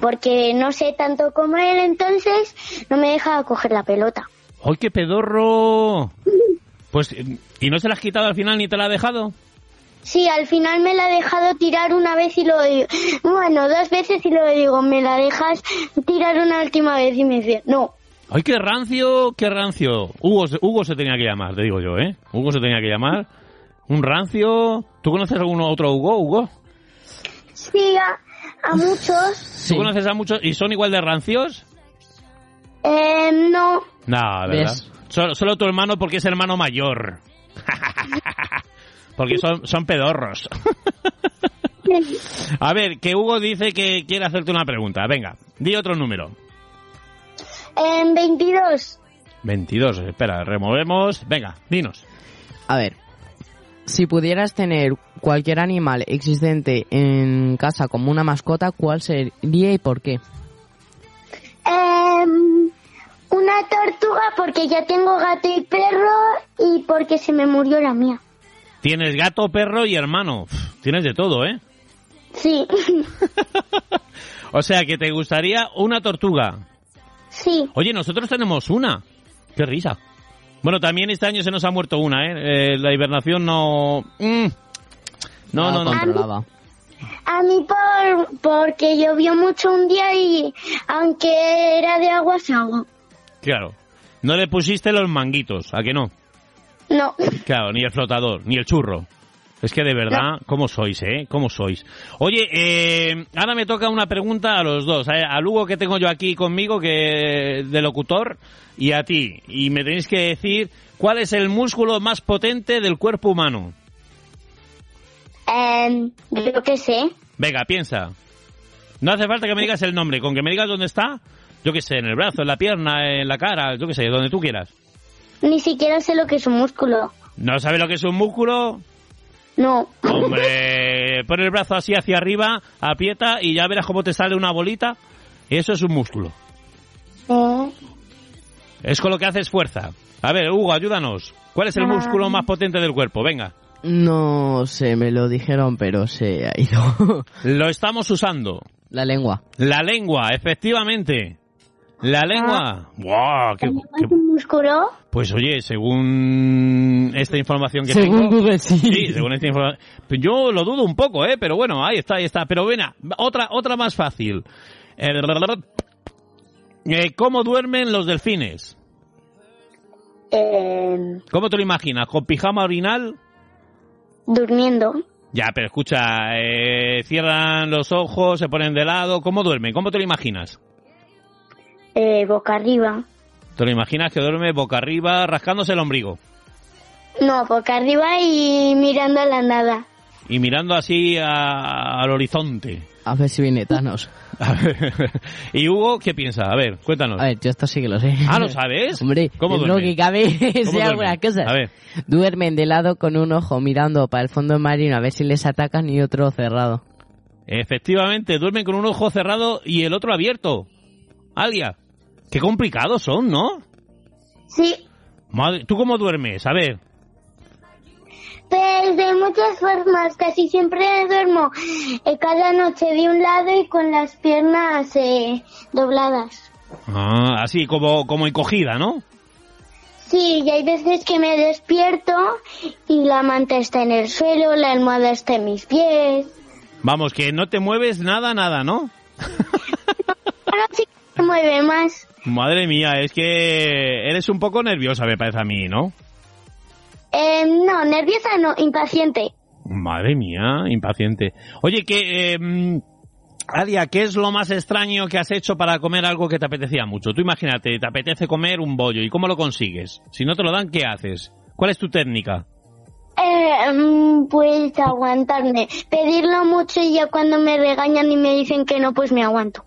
E: porque no sé tanto como él, entonces no me dejaba coger la pelota.
B: ¡Ay, qué pedorro! Pues, eh, ¿y no se la has quitado al final ni te la ha dejado?
E: Sí, al final me la ha dejado tirar una vez y lo digo, bueno, dos veces y lo digo, me la dejas tirar una última vez y me dice, no.
B: ¡Ay, qué rancio, qué rancio! Hugo, se- Hugo se tenía que llamar, te digo yo, ¿eh? Hugo se tenía que llamar. Un rancio... ¿Tú conoces algún otro Hugo, Hugo?
E: Sí, a, a muchos,
C: Sí.
B: ¿Tú conoces a muchos y son igual de rancios?
E: eh, no.
B: No, ¿verdad?
C: ¿Ves?
B: Solo, solo tu hermano porque es hermano mayor. porque son, son pedorros. A ver, que Hugo dice que quiere hacerte una pregunta. Venga, di otro número.
E: En 22.
B: 22, espera, removemos. Venga, dinos.
C: A ver, si pudieras tener cualquier animal existente en casa como una mascota, ¿cuál sería y por qué?
E: Em, una tortuga porque ya tengo gato y perro y porque se me murió la mía.
B: Tienes gato, perro y hermano. Uf, tienes de todo, ¿eh?
E: Sí,
B: O sea, que te gustaría una tortuga.
E: sí.
B: Oye, nosotros tenemos una. Qué risa. Bueno, también este año se nos ha muerto una, ¿eh? Eh, la hibernación no... Mm. No, no,
C: Nada
B: no.
C: controlaba.
E: A mí por, porque llovió mucho un día y aunque era de agua se ahogó.
B: Claro. No le pusiste los manguitos, ¿a que no?
E: No.
B: Claro, ni el flotador, ni el churro. Es que de verdad, ¿cómo sois, eh? ¿Cómo sois? Oye, eh, ahora me toca una pregunta a los dos. A, a Lugo que tengo yo aquí conmigo, que de locutor, y a ti. Y me tenéis que decir cuál es el músculo más potente del cuerpo humano.
E: Em, yo qué sé.
B: Venga, piensa. No hace falta que me digas el nombre, con que me digas dónde está, yo qué sé, en el brazo, en la pierna, en la cara, yo qué sé, donde tú quieras.
E: Ni siquiera sé lo que es un músculo.
B: ¿No sabes lo que es un músculo?
E: No.
B: Hombre, pon el brazo así hacia arriba, aprieta y ya verás cómo te sale una bolita. Eso es un músculo.
E: Eh,
B: Es con lo que haces fuerza. A ver, Hugo, ayúdanos. ¿Cuál es el músculo más potente del cuerpo? Venga.
C: No sé, me lo dijeron, pero se ha ido.
B: Lo estamos usando.
C: la lengua.
B: La lengua, efectivamente. La lengua. ¡Guau! qué-
E: ¿Es
B: qué-
E: un músculo?
B: Pues oye, según esta información que
C: Según
B: tengo...
C: Google, sí.
B: Sí, según esta información. Yo lo dudo un poco, ¿eh? Pero bueno, ahí está, ahí está. Pero venga, otra, otra más fácil. Eh, eh, ¿Cómo duermen los delfines?
E: Em,
B: ¿Cómo te lo imaginas? ¿Con pijama orinal?
E: durmiendo.
B: Ya, pero escucha, eh, cierran los ojos, se ponen de lado. ¿Cómo duermen? ¿Cómo te lo imaginas?
E: Eh, boca arriba.
B: ¿Te lo imaginas que duerme boca arriba, rascándose el ombligo?
E: No, boca arriba y mirando a la nada.
B: Y mirando así a- al horizonte.
C: A ver si viene Thanos.
B: A ver. ¿Y Hugo qué piensa? A ver, cuéntanos.
C: A ver, yo esto sí que lo sé.
B: Ah, ¿lo sabes?
C: Hombre,
B: ¿Cómo
C: es lo
B: duerme?
C: que cabe es
B: ¿Cómo duerme?
C: algunas cosas.
B: A ver.
C: Duermen de lado con un ojo mirando para el fondo marino a ver si les atacan y otro cerrado.
B: Efectivamente, duermen con un ojo cerrado y el otro abierto. Alia, qué complicados son, ¿no?
E: Sí,
B: Madre, ¿tú cómo duermes? A ver.
E: pues de muchas formas. Casi siempre duermo eh, cada noche de un lado y con las piernas eh, dobladas.
B: Ah, así como, como encogida, ¿no?
E: Sí, y hay veces que me despierto y la manta está en el suelo, la almohada está en mis pies.
B: Vamos, que no te mueves nada, nada, ¿no?
E: Ahora sí que se mueve más.
B: Madre mía, es que eres un poco nerviosa, me parece a mí, ¿no?
E: Eh, no, nerviosa no, impaciente.
B: Madre mía, impaciente. Oye, que... eh, mm, Adia, ¿qué es lo más extraño que has hecho para comer algo que te apetecía mucho? Tú imagínate, te apetece comer un bollo, ¿y cómo lo consigues? Si no te lo dan, ¿qué haces? ¿Cuál es tu técnica?
E: Eh, mm, pues aguantarme. Pedirlo mucho y ya cuando me regañan y me dicen que no, pues me aguanto.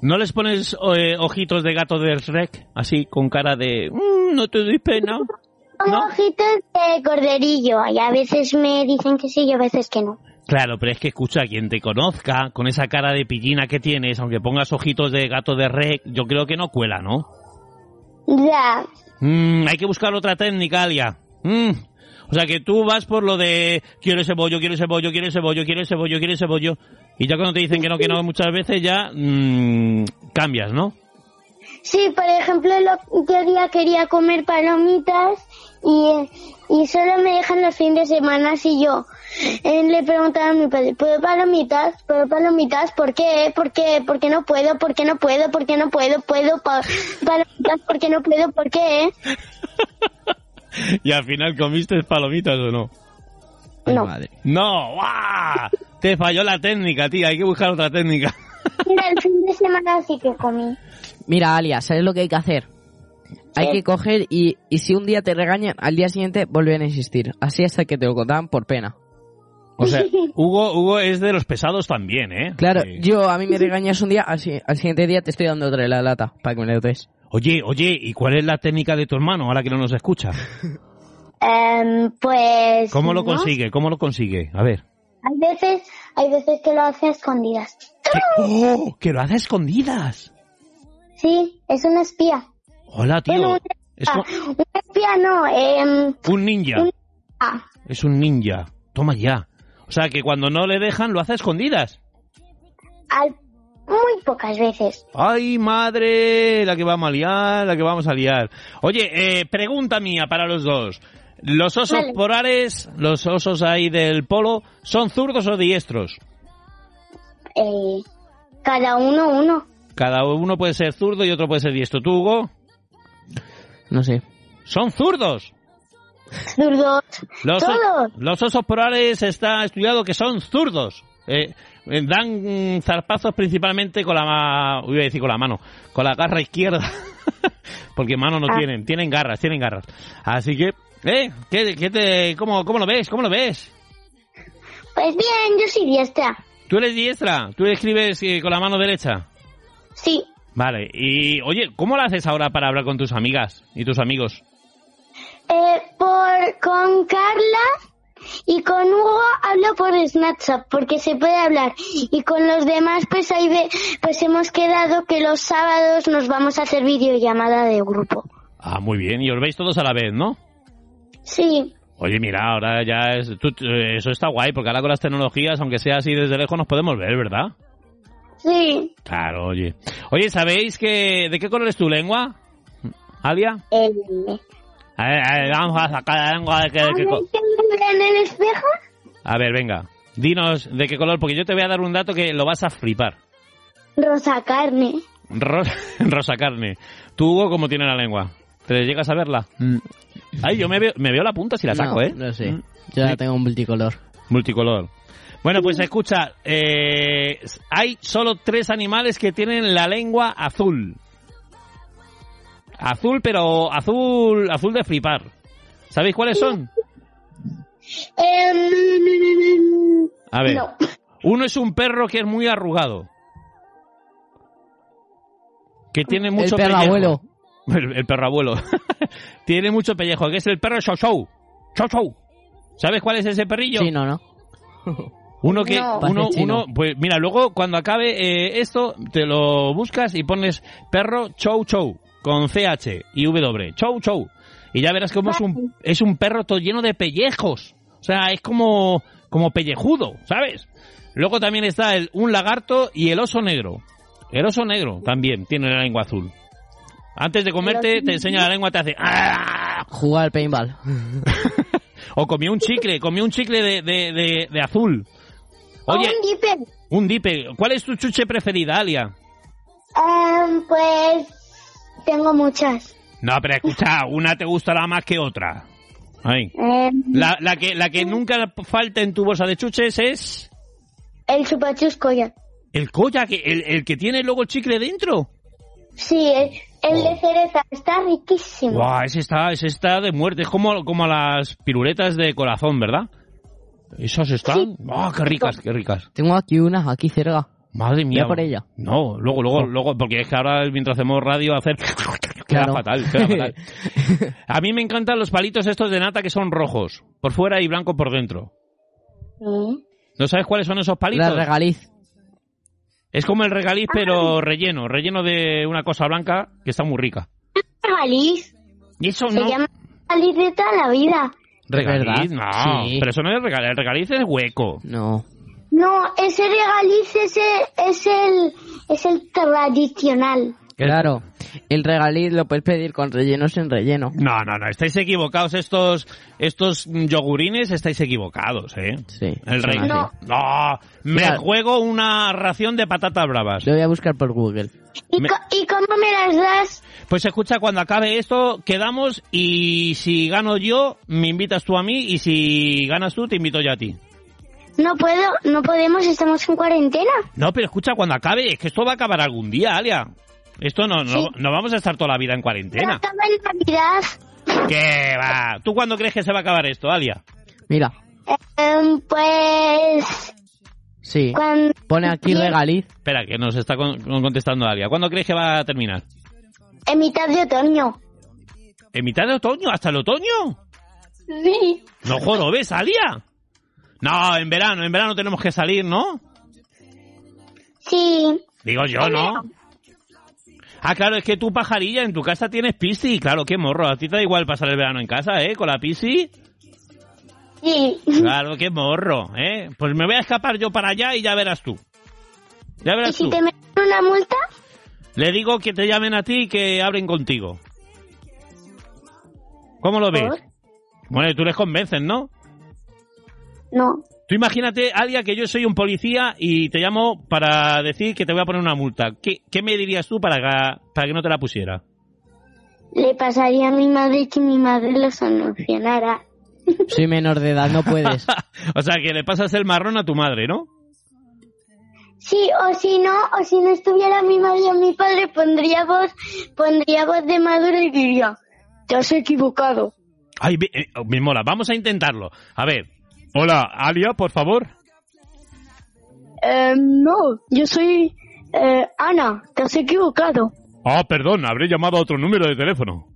B: ¿No les pones eh, ojitos de gato de Shrek? Así, con cara de... "Mm, no te doy pena.
E: Con
B: ¿No?
E: ojitos de corderillo y a veces me dicen que sí y a veces que no.
B: Claro, pero es que escucha, quien te conozca, con esa cara de pillina que tienes, aunque pongas ojitos de gato de rec, yo creo que no cuela, ¿no?
E: Ya,
B: Mm, hay que buscar otra técnica, Alia. Mm, O sea que tú vas por lo de quiero ese bollo, quiero ese bollo, quiero ese bollo, quiero ese bollo, quiero ese bollo. Y ya cuando te dicen que no, que no, muchas veces ya mm, cambias, ¿no?
E: Sí, por ejemplo, el otro día quería comer palomitas y, y solo me dejan los fines de semana si yo eh, le preguntaba a mi padre, ¿puedo palomitas? ¿Puedo palomitas? ¿Por qué? ¿Por qué? ¿Por qué no puedo? ¿Por qué no puedo? ¿Por qué no puedo? ¿Puedo pa- palomitas? ¿Por qué no puedo? ¿Por qué?
B: Y al final comiste palomitas o no.
C: Ay,
E: No.
C: madre.
B: No, ¡guau! Te falló la técnica, tía. Hay que buscar otra técnica.
E: Mira, el fin de semana sí que comí.
C: Mira, Alia, ¿sabes lo que hay que hacer? Hay
E: ¿Qué?
C: que coger y, y si un día te regañan, al día siguiente vuelven a insistir. Así hasta que te lo dan por pena.
B: O sea, Hugo, Hugo es de los pesados también, ¿eh?
C: Claro,
B: Sí.
C: yo a mí me regañas un día, al, si- al siguiente día te estoy dando otra de la lata para que me lo des.
B: Oye, oye, ¿y cuál es la técnica de tu hermano ahora que no nos escucha?
E: Em, pues...
B: ¿Cómo lo
E: ¿no?
B: consigue? ¿Cómo lo consigue? A ver.
E: Hay veces, hay veces que lo hace a escondidas.
B: ¿Qué? ¡Oh! ¡Que lo hace a escondidas!
E: Sí, es un espía.
B: Hola,
E: Bueno,
B: tío.
E: un
B: Es co-
E: espía. Un espía no, em,
B: un ninja.
E: un- ah,
B: Es un ninja. Toma ya. O sea, que cuando no le dejan, lo hace a escondidas.
E: al- muy pocas veces.
B: ¡Ay, madre! La que vamos a liar, la que vamos a liar. Oye, eh, pregunta mía para los dos. ¿Los osos
E: Vale.
B: polares, los osos ahí del polo, son zurdos o diestros?
E: Eh, cada uno uno.
B: Cada uno puede ser zurdo y otro puede ser diestro. ¿Tú, Hugo?
C: No sé.
B: ¿Son zurdos?
E: Zurdos.
B: Los,
E: Todos.
B: los osos polares está estudiado que son zurdos. Eh, eh, dan mm, zarpazos principalmente con la ma- iba a decir con la mano, con la garra izquierda. Porque mano no
E: Ah.
B: tienen, tienen garras, tienen garras. Así que, eh, ¿qué, qué te, cómo, ¿cómo lo ves? ¿Cómo lo ves?
E: Pues bien, yo soy diestra.
B: ¿Tú eres diestra? ¿Tú escribes eh, con la mano derecha?
E: Sí.
B: Vale, y oye, ¿cómo lo haces ahora para hablar con tus amigas y tus amigos?
E: Eh, por, con Carla y con Hugo hablo por Snapchat porque se puede hablar. Y con los demás pues ahí ve, pues hemos quedado que los sábados nos vamos a hacer videollamada de grupo.
B: Ah, muy bien, y os veis todos a la vez, ¿no?
E: Sí.
B: Oye, mira, ahora ya es, tú- tú- eso está guay, porque ahora con las tecnologías, aunque sea así desde lejos, nos podemos ver, ¿verdad?
E: Sí.
B: Claro, oye. Oye, ¿sabéis que, de qué color es tu lengua, Alia?
E: Eh,
B: A ver, a ver, vamos a sacar la lengua de qué, de qué co-
E: en el espejo?
B: A ver, venga, dinos de qué color, porque yo te voy a dar un dato que lo vas a flipar.
E: Rosa carne.
B: Ro- Rosa carne. ¿Tú, Hugo, cómo tiene la lengua? ¿Te llegas a verla? Ay, yo me veo, me veo la punta si la saco,
C: Mm. No,
B: ¿eh?
C: No sé.
B: Mm.
C: Yo ya tengo un multicolor.
B: Multicolor. Bueno, pues escucha, eh, hay solo tres animales que tienen la lengua azul. Azul, pero azul, azul de flipar. ¿Sabéis cuáles son?
E: Em,
B: A ver.
E: No.
B: Uno es un perro que es muy arrugado. Que tiene mucho
C: el perro
B: pellejo.
C: abuelo.
B: El, el perro abuelo. tiene mucho pellejo, que es el perro show show. ¿Sabes cuál es ese perrillo?
C: Sí, no, no.
B: Uno que,
D: No.
B: uno,
C: Parece chino.
B: uno, pues mira, luego cuando acabe eh, esto, te lo buscas y pones perro chow chow con CH y W, chow chow. Y ya verás cómo es un, es un perro todo lleno de pellejos. O sea, es como, como pellejudo, ¿sabes? Luego también está el, un lagarto y el oso negro. El oso negro también tiene la lengua azul. Antes de comerte, te enseña la lengua, te hace... "Ah".
C: Jugar al paintball.
B: O comió un chicle, comió un chicle de, de, de, de azul.
E: o
B: Oye,
E: un dipper.
B: un dipe. ¿Cuál es tu chuche preferida, Alia?
E: Em, pues tengo muchas.
B: No, pero escucha, una te gustará más que otra. Ay.
E: Em,
B: La, la que, la que nunca falta en tu bolsa de chuches es
E: el chupachusco ya.
B: el colla, que- el, el que tiene luego el chicle dentro.
E: Sí, el, el de cereza. Está riquísimo.
B: Oh. Guau, ese está, ese está de muerte. Es como, como las piruletas de corazón, ¿verdad? Esas están. ¡Ah, qué ricas, qué ricas!
C: Tengo aquí unas, aquí cerca.
B: Madre mía.
C: por ella.
B: No, luego, luego, luego, porque es que ahora mientras hacemos radio hacer queda
C: Claro.
B: fatal, queda fatal. A mí me encantan los palitos estos de nata que son rojos por fuera y blanco por dentro.
E: Sí.
B: ¿No sabes cuáles son esos palitos?
C: La regaliz.
B: es como el regaliz
E: Ah.
B: pero relleno, relleno de una cosa blanca que está muy rica.
E: Regaliz.
B: Y eso
E: Se
B: no
E: llama regaliz de toda la vida.
B: regaliz,
C: ¿Verdad?
B: no,
C: Sí.
B: pero eso no es regaliz, el regaliz es hueco.
C: No.
E: No, ese regaliz ese es el es el tradicional.
C: Claro. El regaliz lo puedes pedir con relleno sin relleno.
B: No, no, no, estáis equivocados estos estos yogurines, estáis equivocados, ¿eh?
C: Sí.
B: El
C: son
B: rey.
C: así.
B: No. me
C: Mira.
B: juego una ración de patatas bravas.
C: Lo voy a buscar por Google.
E: ¿Y,
B: Me-
E: co- ¿Y cómo me las das?
B: Pues escucha, cuando acabe esto, quedamos y si gano yo, me invitas tú a mí y si ganas tú, te invito yo a ti.
E: No puedo, no podemos, estamos en cuarentena.
B: No, pero escucha, cuando acabe, es que esto va a acabar algún día, Alia. Esto no, no,
E: Sí.
B: no vamos a estar toda la vida en
E: Pero
B: cuarentena.
E: acaba en Navidad.
B: ¿Qué va? ¿Tú cuándo crees que se va a acabar esto, Alia?
C: Mira.
E: Em, pues
C: Sí.
E: cuando
C: Pone aquí regaliz.
B: Espera, que nos está con- contestando Alia. ¿Cuándo crees que va a terminar?
E: en mitad de otoño.
B: ¿En mitad de otoño? ¿Hasta el otoño?
D: Sí,
B: No jodo, ¿ves, Alia? No, en verano, en verano tenemos que salir, ¿no?
E: Sí,
B: Digo yo, ¿no? Ah, claro, es que tú, pajarilla, en tu casa tienes piscis. Claro, qué morro. A ti te da igual pasar el verano en casa, ¿eh? Con la piscis.
E: sí.
B: Claro, qué morro, ¿eh? Pues me voy a escapar yo para allá y ya verás tú. Ya
E: ¿Y
B: verás
E: si
B: tú.
E: te meten una multa?
B: Le digo que te llamen a ti y que hablen contigo. ¿Cómo lo ves?
E: ¿Por?
B: Bueno, tú les convences, ¿no?
E: No.
B: Tú imagínate, Alia, que yo soy un policía y te llamo para decir que te voy a poner una multa. ¿Qué, qué me dirías tú para que, para que no te la pusiera?
E: Le pasaría a mi madre que mi madre lo solucionara.
C: Soy menor de edad, no puedes.
B: o sea, que le pasas el marrón a tu madre, ¿no?
E: Sí, o si no, o si no estuviera mi madre o mi padre, pondría voz, pondría voz de maduro y diría, te has equivocado.
B: Ay, me, eh, me mola. Vamos a intentarlo. A ver. Hola, Alia, por favor.
E: Em, no, yo soy eh, Ana, te has equivocado.
B: Ah, perdón, habré llamado a otro número de teléfono.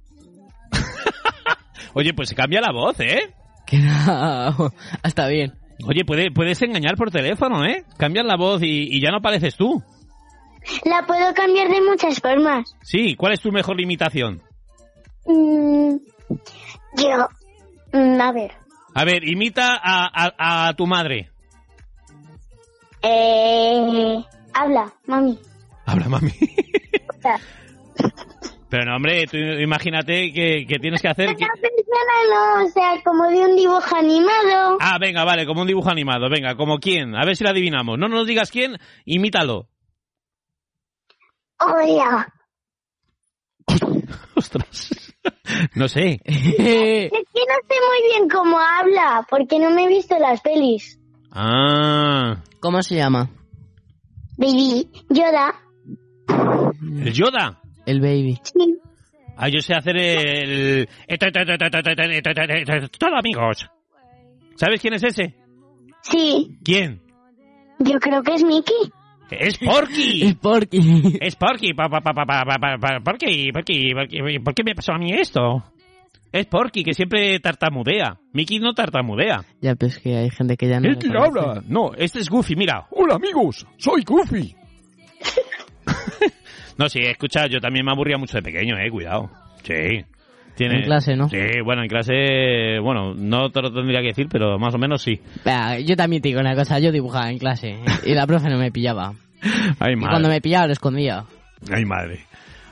B: Oye, pues se cambia la voz, ¿eh?
C: Queda... Hasta bien.
B: Oye, puede, puedes engañar por teléfono, ¿eh? Cambias la voz y, y ya no apareces tú.
E: La puedo cambiar de muchas formas.
B: Sí, ¿cuál es tu mejor limitación?
E: Mm, yo, mm, a ver,
B: A ver, imita a, a- a tu madre.
E: eh, habla, mami.
B: Habla, mami.
E: O sea,
B: Pero no, hombre, tú imagínate que, que tienes que hacer... que-
E: una persona no, o sea, como de un dibujo animado.
B: Ah, venga, vale, como un dibujo animado. Venga, ¿como quién? A ver si lo adivinamos. No nos digas quién, imítalo.
E: Hola,
B: Ostras. No sé.
E: es que no sé muy bien cómo habla, porque no me he visto las pelis.
B: Ah,
C: ¿Cómo se llama?
E: Baby Yoda.
B: el Yoda.
C: El baby.
E: Sí.
B: Ah, yo sé hacer el... Todo amigos. ¿Sabes quién es ese?
E: Sí.
B: ¿Quién?
E: Yo creo que es Mickey.
B: Es Porky.
C: El Porky.
B: Es Porky. Pa, pa, pa, pa, pa, pa, pa, pa- Porky, Porky, Porky. ¿Por qué me pasó a mí esto? Es Porky, que siempre tartamudea. Mickey no tartamudea.
C: ya, pues que hay gente que ya no. le conoce.
B: No, este es Goofy, mira. Hola amigos, soy Goofy. no, sí, escucha, yo también me aburría mucho de pequeño, eh, cuidado. Sí. Tiene...
C: En clase, ¿no?
B: Sí, bueno, en clase, bueno, no te lo tendría que decir, pero más o menos sí.
C: Vea, yo también te digo una cosa, yo dibujaba en clase y la profe no me pillaba.
B: Ay,
C: Y
B: madre.
C: cuando me pillaba lo escondía.
B: Ay, madre.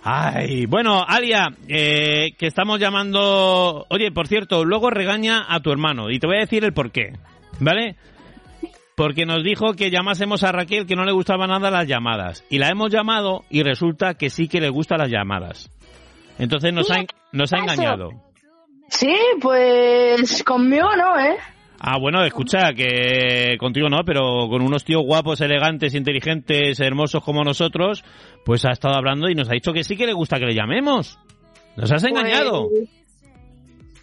B: Ay, bueno, Alia, eh, que estamos llamando... Oye, por cierto, luego regaña a tu hermano y te voy a decir el por qué, ¿vale? Porque nos dijo que llamásemos a Raquel que no le gustaban nada las llamadas. Y la hemos llamado y resulta que sí que le gustan las llamadas. Entonces nos ha, en- nos ha
E: paso.
B: engañado.
D: Sí, pues conmigo no, ¿eh?
B: Ah, bueno, escucha, que contigo no, pero con unos tíos guapos, elegantes, inteligentes, hermosos como nosotros, pues ha estado hablando y nos ha dicho que sí que le gusta que le llamemos. Nos has engañado.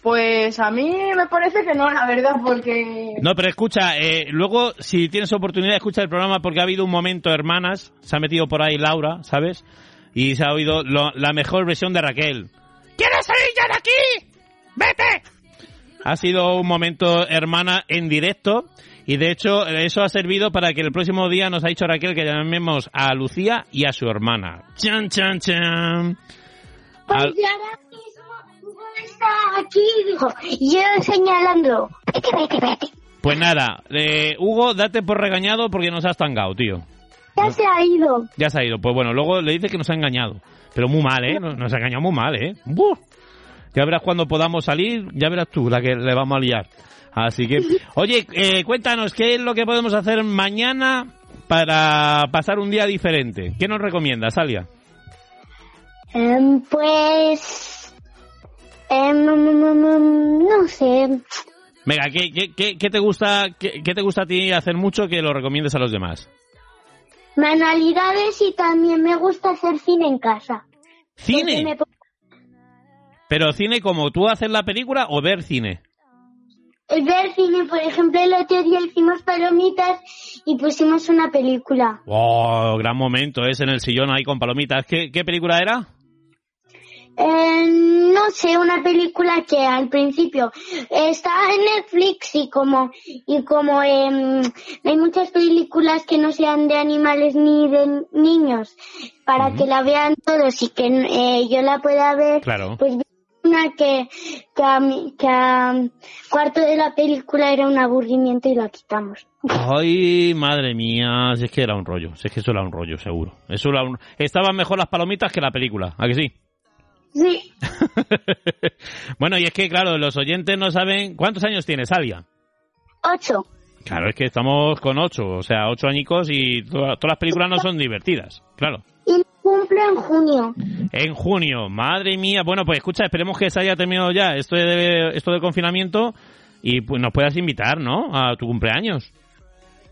D: Pues a mí me parece que no, la verdad, porque...
B: No, pero escucha, eh, luego si tienes oportunidad escucha el programa porque ha habido un momento, hermanas, se ha metido por ahí Laura, ¿sabes? Y se ha oído lo- la mejor versión de Raquel. ¿Quieres salir ya de aquí? ¡Vete! Ha sido un momento, hermana, en directo. Y de hecho, eso ha servido para que el próximo día nos ha dicho Raquel que llamemos a Lucía y a su hermana. ¡Chan, chan, chan!
E: Pues
B: Al-
E: yo ahora mismo Hugo está aquí y digo, y yo señalando, vete, vete, vete.
B: Pues nada, eh, Hugo, date por regañado porque nos has tangado, tío. Ah.
E: Ya se ha ido.
B: Ya se ha ido. Pues bueno, luego le dice que nos ha engañado. Pero muy mal, ¿eh? Nos, nos ha engañado muy mal, ¿eh? ¡Buah! Ya verás cuando podamos salir, ya verás tú la que le vamos a liar. Así que, oye, eh, cuéntanos, ¿qué es lo que podemos hacer mañana para pasar un día diferente? ¿Qué nos recomiendas, Alia?
E: Em, pues... em, mm, mm, mm, no sé.
B: Venga, ¿qué, qué, qué- qué te gusta, qué, qué te gusta a ti hacer mucho que lo recomiendes a los demás?
E: Manualidades y también me gusta hacer cine en casa. Porque me
B: ¿Cine?
E: po-
B: ¿Pero cine como tú haces la película o ver cine?
E: el ver cine, por ejemplo, el otro día hicimos palomitas y pusimos una película.
B: ¡Oh, gran momento! Es en el sillón ahí con palomitas. ¿Qué, qué película era?
E: Eh, no sé, una película que al principio está en Netflix y como y como em, hay muchas películas que no sean de animales ni de niños para que la vean todos y que eh, yo la pueda ver,
B: Claro.
E: pues vi una que que a, mi- que a cuarto de la película era un aburrimiento y la quitamos.
B: Ay, madre mía, si es que era un rollo, si es que eso era un rollo, seguro. Eso era un- Estaban mejor las palomitas que la película, ¿a que sí?
E: Sí,
B: bueno, y es que, claro, los oyentes no saben... ¿Cuántos años tienes, Alia?
E: ocho.
B: Claro, es que estamos con ocho, o sea, ocho añicos y to- todas las películas no son divertidas, claro.
E: Y cumple en junio.
B: En junio, madre mía, bueno, pues escucha, esperemos que se haya terminado ya esto de, esto de confinamiento y pues, nos puedas invitar, ¿no?, a tu cumpleaños.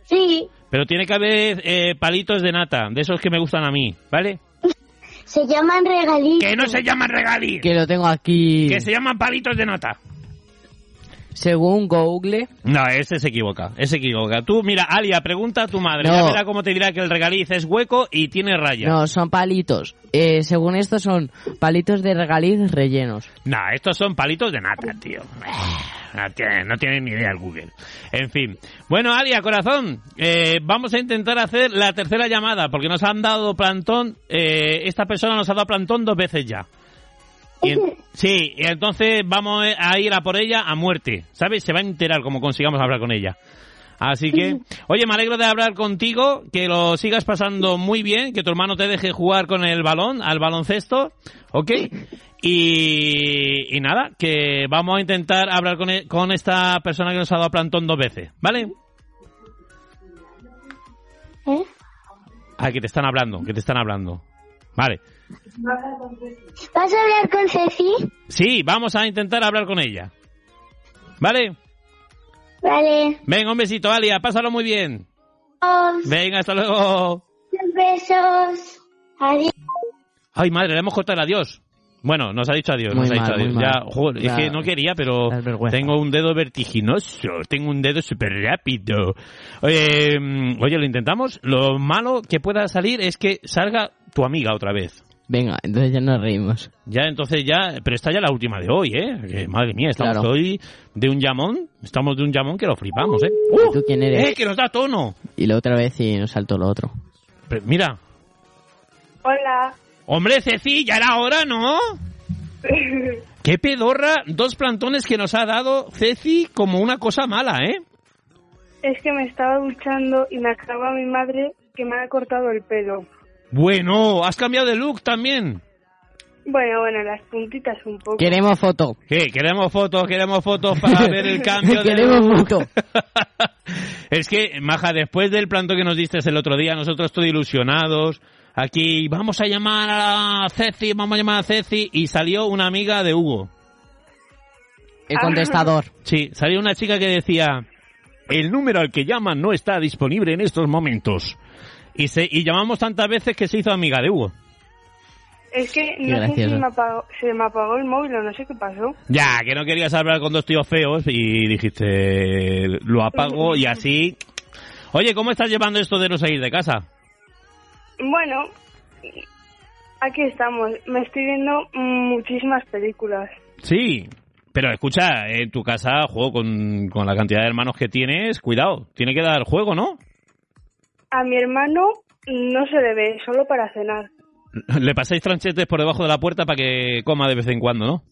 E: Sí,
B: Pero tiene que haber eh, palitos de nata, de esos que me gustan a mí, ¿vale?
E: se llaman regalitos.
B: Que no se llaman regalis,
C: Que lo tengo aquí.
B: que se llaman palitos de nata.
C: Según Google,
B: No, ese se equivoca, ese se equivoca. Tú, mira, Alia, pregunta a tu madre,
C: No.
B: ya verá cómo te dirá que el regaliz es hueco y tiene rayas. No,
C: no, son palitos. Eh, según esto son palitos de regaliz rellenos.
B: estos son palitos de nata, tío. No tienen, no tienen ni idea el Google. En fin. Bueno, Alia, corazón, eh, vamos a intentar hacer la tercera llamada, porque nos han dado plantón, eh, esta persona nos ha dado plantón dos veces ya. Y en- sí, y entonces vamos a ir a por ella a muerte, ¿sabes? Se va a enterar como consigamos hablar con ella. Así que, oye, me alegro de hablar contigo, que lo sigas pasando muy bien, que tu hermano te deje jugar con el balón, al baloncesto, ¿ok? Y, y nada, que vamos a intentar hablar con, e- con esta persona que nos ha dado plantón dos veces, ¿vale?
E: ¿Eh?
B: Ah, que te están hablando, que te están hablando. Vale.
E: ¿Vas a hablar con Ceci?
B: Sí, vamos a intentar hablar con ella. ¿Vale?
E: Vale. Oh,
B: Venga, un besito, Alia, pásalo muy bien.
E: Os-
B: Venga, hasta luego.
E: Besos. Adiós.
B: Ay, madre, le hemos cortado el adiós. Bueno, nos ha dicho adiós,
C: Muy
B: nos ha
C: mal,
B: dicho adiós.
C: muy
B: Ya,
C: mal.
B: joder, es
C: Ya.
B: que no quería, pero
C: Es vergüenza.
B: tengo un dedo vertiginoso, tengo un dedo súper rápido. Oye, mm, oye, lo intentamos. Lo malo que pueda salir es que salga tu amiga otra vez.
C: Venga, entonces ya nos reímos.
B: Ya, entonces ya, pero esta ya la última de hoy, ¿eh? Que, madre mía, estamos
C: Claro.
B: hoy de un llamón, estamos de un llamón que lo flipamos, ¿eh?
C: ¿Y tú quién eres?
B: ¡Eh, que nos da tono!
C: Y la otra vez y nos saltó lo otro.
B: Pero mira,
D: Hola.
B: hombre, Ceci, ya era hora, ¿no? ¡Qué pedorra! Dos plantones que nos ha dado Ceci como una cosa mala, ¿eh?
D: Es que me estaba duchando y me acaba mi madre que me ha cortado el pelo.
B: Bueno, has cambiado de look también.
D: Bueno, bueno, las puntitas un poco.
C: Queremos foto.
B: ¿Qué? Queremos fotos, queremos fotos para ver el cambio de
C: Queremos
B: look.
C: foto.
B: es que, Maja, después del planto que nos diste el otro día, nosotros todos ilusionados, aquí vamos a llamar a Ceci, vamos a llamar a Ceci, y salió una amiga de Hugo. Ah.
C: El contestador.
B: Sí, salió una chica que decía, el número al que llaman no está disponible en estos momentos. Y, se, y llamamos tantas veces que se hizo amiga de Hugo.
D: Es que
C: Qué
D: no sé si
C: gracioso.
D: me apagó, se me apagó el móvil o no sé qué pasó.
B: Ya, que no querías hablar con dos tíos feos y dijiste, lo apago y así. Oye, ¿cómo estás llevando esto de no salir de casa?
D: Bueno, aquí estamos. Me estoy viendo muchísimas películas.
B: Sí, pero escucha, en tu casa juego con, con la cantidad de hermanos que tienes, cuidado, tiene que dar juego, ¿no?
D: A mi hermano no se le ve, solo para cenar.
B: Le pasáis tranchetes por debajo de la puerta para que coma de vez en cuando, ¿no?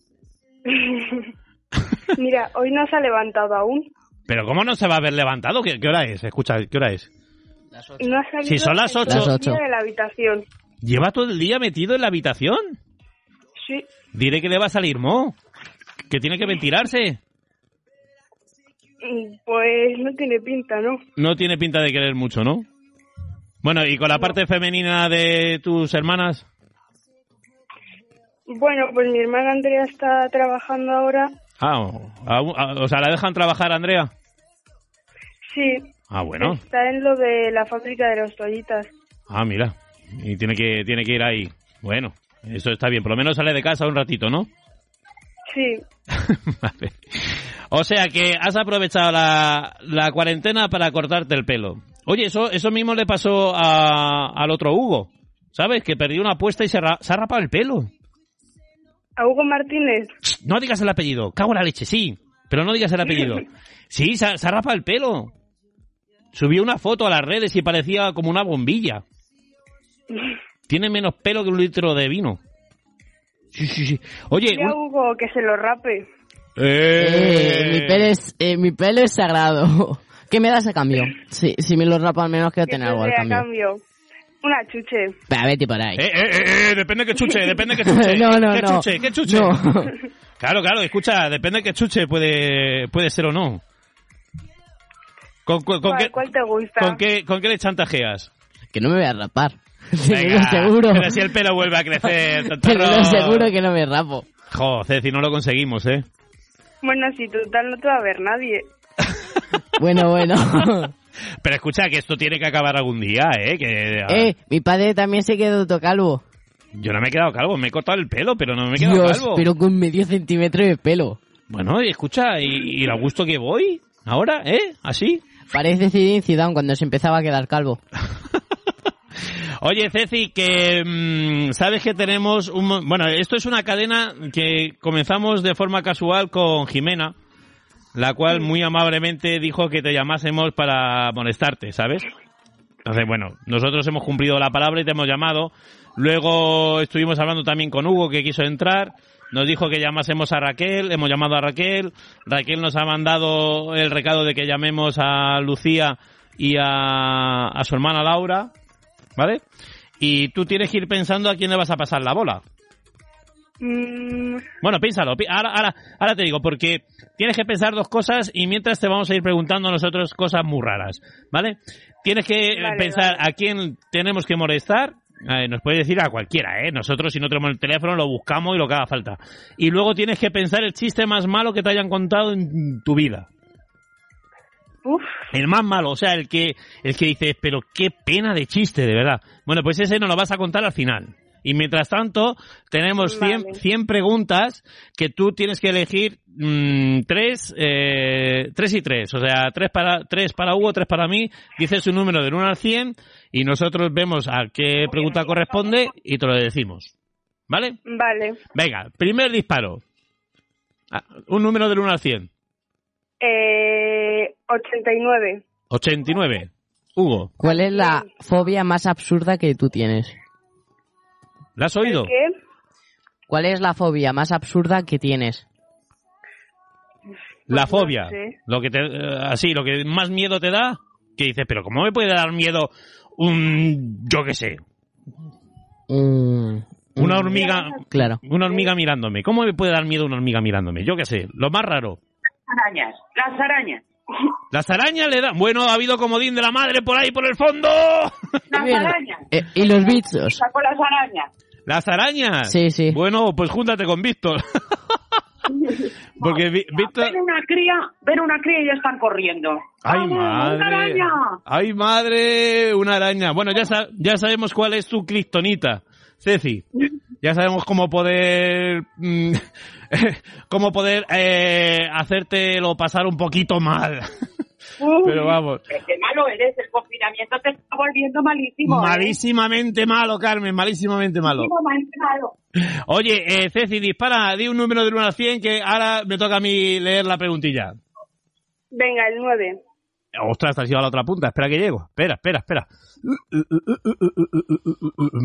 D: Mira, hoy no se ha levantado aún.
B: Pero ¿cómo no se va a haber levantado? ¿Qué, qué hora es? Escucha, ¿qué hora es?
D: No ha salido
B: Sí, son las
D: de
B: ocho.
C: Las ocho.
D: de la habitación.
B: ¿Lleva todo el día metido en la habitación?
D: Sí,
B: Diré que le va a salir mo, que tiene que ventilarse.
D: mm, pues no tiene pinta, ¿no?
B: No tiene pinta de querer mucho, ¿no? Bueno, ¿y con la parte femenina de tus hermanas?
D: Bueno, pues mi hermana Andrea está trabajando ahora.
B: Ah, o- aún- a- o sea, ¿la dejan trabajar, Andrea?
D: Sí,
B: Ah, bueno.
D: está en lo de la fábrica de las toallitas.
B: Ah, mira. Y tiene que, tiene que ir ahí. Bueno, eso está bien. Por lo menos sale de casa un ratito, ¿no?
D: Sí,
B: Vale. O sea que has aprovechado la, la cuarentena para cortarte el pelo. Oye, eso, eso mismo le pasó a- al otro Hugo. ¿Sabes? Que perdió una apuesta y se, ra- se ha rapado el pelo.
D: a Hugo Martínez.
B: No digas el apellido. Cago en la leche, sí. Pero no digas el apellido. Sí, se, ha- se ha rapado el pelo. Subió una foto a las redes y parecía como una bombilla. Tiene menos pelo que un litro de vino. Sí, sí, sí. Oye,
D: Dile a
B: un-
D: Hugo que se lo rape.
C: Eh, mi, pelo es, eh, mi pelo es sagrado. ¿Qué me das a cambio? Si, si me lo rapan menos quiero
D: Que
C: tener
D: te
C: algo al
D: dé a
C: cambio.
D: cambio. Una chuche.
C: Pero a Betty por ahí.
B: Eh, eh, eh, eh, depende que chuche, depende que chuche.
C: No, no,
B: ¿Qué
C: no.
B: chuche? ¿Qué chuche?
C: No.
B: Claro, claro, escucha, depende que chuche puede, puede ser o no. ¿Con, con- con
D: ¿Cuál,
B: qué,
D: cuál te gusta?
B: con qué- con qué le chantajeas?
C: Que no me voy a rapar. Te
B: Venga,
C: digo seguro.
B: Pero si el pelo vuelve a crecer,
C: Te
B: tontorrón.
C: digo seguro que no me rapo.
B: Jo, Ceci, no lo conseguimos, ¿eh?
D: Bueno, si total no te va a ver nadie.
C: Bueno, bueno.
B: Pero escucha, que esto tiene que acabar algún día, ¿eh? Que, a-
C: eh, mi padre también se quedó tocalvo.
B: Yo no me he quedado calvo, me he cortado el pelo, pero no me he quedado
C: Dios,
B: calvo.
C: pero con medio centímetro de pelo.
B: Bueno, y escucha, y, y lo a gusto que voy ahora, ¿eh? ¿Así?
C: Parece Zinedine Zidane cuando se empezaba a quedar calvo.
B: Oye, Ceci, que mm, sabes que tenemos un... mo- Bueno, esto es una cadena que comenzamos de forma casual con Jimena, la cual muy amablemente dijo que te llamásemos para molestarte, ¿sabes? Entonces, bueno, nosotros hemos cumplido la palabra y te hemos llamado. Luego estuvimos hablando también con Hugo, que quiso entrar. Nos dijo que llamásemos a Raquel, hemos llamado a Raquel. Raquel nos ha mandado el recado de que llamemos a Lucía y a, a su hermana Laura, ¿vale? Y tú tienes que ir pensando a quién le vas a pasar la bola.
D: Mm,
B: Bueno, piénsalo. pi- Ahora, ahora, ahora te digo, porque tienes que pensar dos cosas y mientras te vamos a ir preguntando nosotros cosas muy raras, ¿vale? Tienes que eh,
D: Vale,
B: pensar
D: vale.
B: a quién tenemos que molestar. Eh, nos puedes decir a cualquiera, ¿eh? Nosotros, si no tenemos el teléfono, lo buscamos y lo que haga falta. Y luego tienes que pensar el chiste más malo que te hayan contado en tu vida.
D: Uf,
B: El más malo, o sea, el que, el que dices, pero qué pena de chiste, de verdad. Bueno, pues ese nos lo vas a contar al final. Y mientras tanto, tenemos 100,
D: Vale.
B: 100 preguntas que tú tienes que elegir mm, tres, eh, tres y tres. O sea, tres para, tres para Hugo, tres para mí. Dices un número del 1 al 100 y nosotros vemos a qué pregunta corresponde y te lo decimos. ¿Vale?
D: vale.
B: Venga, primer disparo. Ah, Un número del 1 al 100.
D: Eh, 89.
B: 89. Hugo,
C: ¿Cuál es la fobia más absurda que tú tienes?
B: ¿la has oído?
D: ¿Qué?
C: ¿Cuál es la fobia más absurda que tienes?
B: La
D: Pues No
B: fobia.
D: sé.
B: Lo que te, eh, así, lo que más miedo te da, que dices, pero ¿cómo me puede dar miedo un, yo qué sé,
C: Un-
D: Mm.
B: una
C: un-
B: hormiga,
C: Mm, Claro.
B: una hormiga mirándome? ¿Cómo me puede dar miedo una hormiga mirándome? Yo qué sé, lo más raro.
F: arañas, las arañas.
B: Las arañas le dan, bueno, ha habido comodín de la madre por ahí, por el fondo.
F: Las
C: Mierda.
F: arañas.
C: Eh, ¿Y los bichos?
F: Saco las arañas.
B: Las arañas.
C: Sí, sí.
B: Bueno, pues júntate con Víctor. Porque Vi- Víctor...
F: Ver una cría, ver una cría y ya están corriendo.
B: ¡Ay,
F: ¡Vamos, ¡Una
B: madre!
F: araña!
B: ¡Ay, madre! Una araña. Bueno, ya, sa- ya sabemos cuál es tu kriptonita, Ceci. Ya sabemos cómo poder... mm, cómo poder eh, hacértelo pasar un poquito mal. Pero vamos.
F: Qué malo eres, el confinamiento te está volviendo malísimo. ¿eh?
B: Malísimamente malo, Carmen. Malísimamente malo.
F: Malísimo, malo.
B: Oye, eh, Ceci, dispara. Di un número de 1 a 100 que ahora me toca a mí leer la preguntilla.
D: Venga, el 9.
B: Ostras, has ido a la otra punta. Espera que llego. Espera, espera, espera.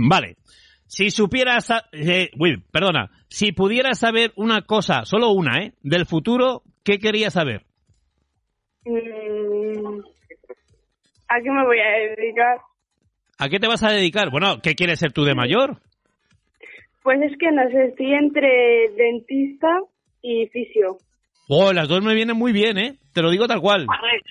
B: Vale. Si supieras... sa- eh, Will, perdona. Si pudieras saber una cosa, solo una, ¿eh? Del futuro, ¿qué querías saber?
D: Mm, ¿A qué me voy a dedicar?
B: ¿A qué te vas a dedicar? Bueno, ¿qué quieres ser tú de mayor?
D: Pues es que no sé, estoy entre dentista y fisio.
B: Oh, las dos me vienen muy bien, ¿eh? Te lo digo tal cual.
F: Arre-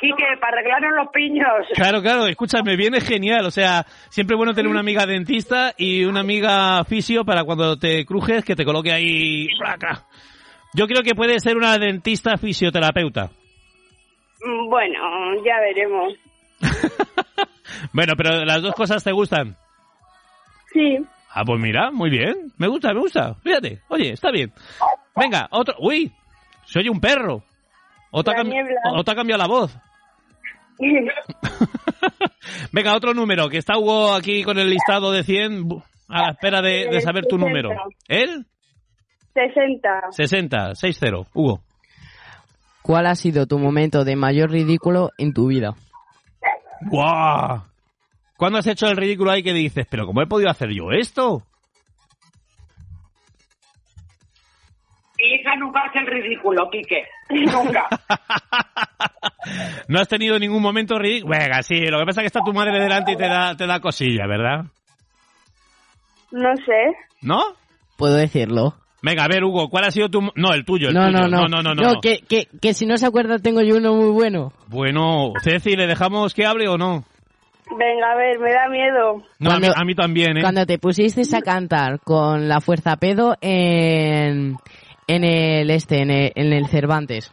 F: Quique, para arreglarnos los piños.
B: Claro, claro, escúchame, viene genial. O sea, siempre es bueno tener una amiga dentista y una amiga fisio para cuando te crujes que te coloque ahí. ¡placa! Yo creo que puede ser una dentista fisioterapeuta.
D: Mm, Bueno, ya veremos.
B: Bueno, pero las dos cosas te gustan.
D: Sí,
B: Ah, pues mira, muy bien. Me gusta, me gusta. Fíjate, oye, está bien. Venga, otro. Uy, se oye un perro. O te, ha
D: La
B: cambi-
D: niebla.
B: o te ha cambiado la voz. Venga, otro número, que está Hugo aquí con el listado de 100 bu- a la espera de, de saber tu número. ¿Él?
D: 60.
B: 60, 6-0. Hugo.
C: ¿Cuál ha sido tu momento de mayor ridículo en tu vida?
B: ¡Guau! ¿Cuándo has hecho el ridículo ahí que dices, pero cómo he podido hacer yo esto?
F: Mi hija nunca hace el ridículo, Quique. Nunca.
B: No has tenido ningún momento ridículo. Venga, sí, lo que pasa es que está tu madre delante y te da, te da cosilla, ¿verdad?
D: No sé.
B: ¿No?
C: ¿Puedo decirlo?
B: Venga, a ver, Hugo, ¿cuál ha sido tu... mo- No, el tuyo, el
C: No,
B: tuyo.
C: no, no,
B: no, no, no, no.
C: que, que, que si no se acuerda tengo yo uno muy bueno.
B: Bueno, Ceci, ¿le dejamos que hable o no?
D: Venga, a ver, me da miedo.
B: No, a mí,
C: Cuando-
B: a mí también, ¿eh?
C: Cuando te pusiste a cantar con la fuerza pedo en, en el este, en el, en el Cervantes.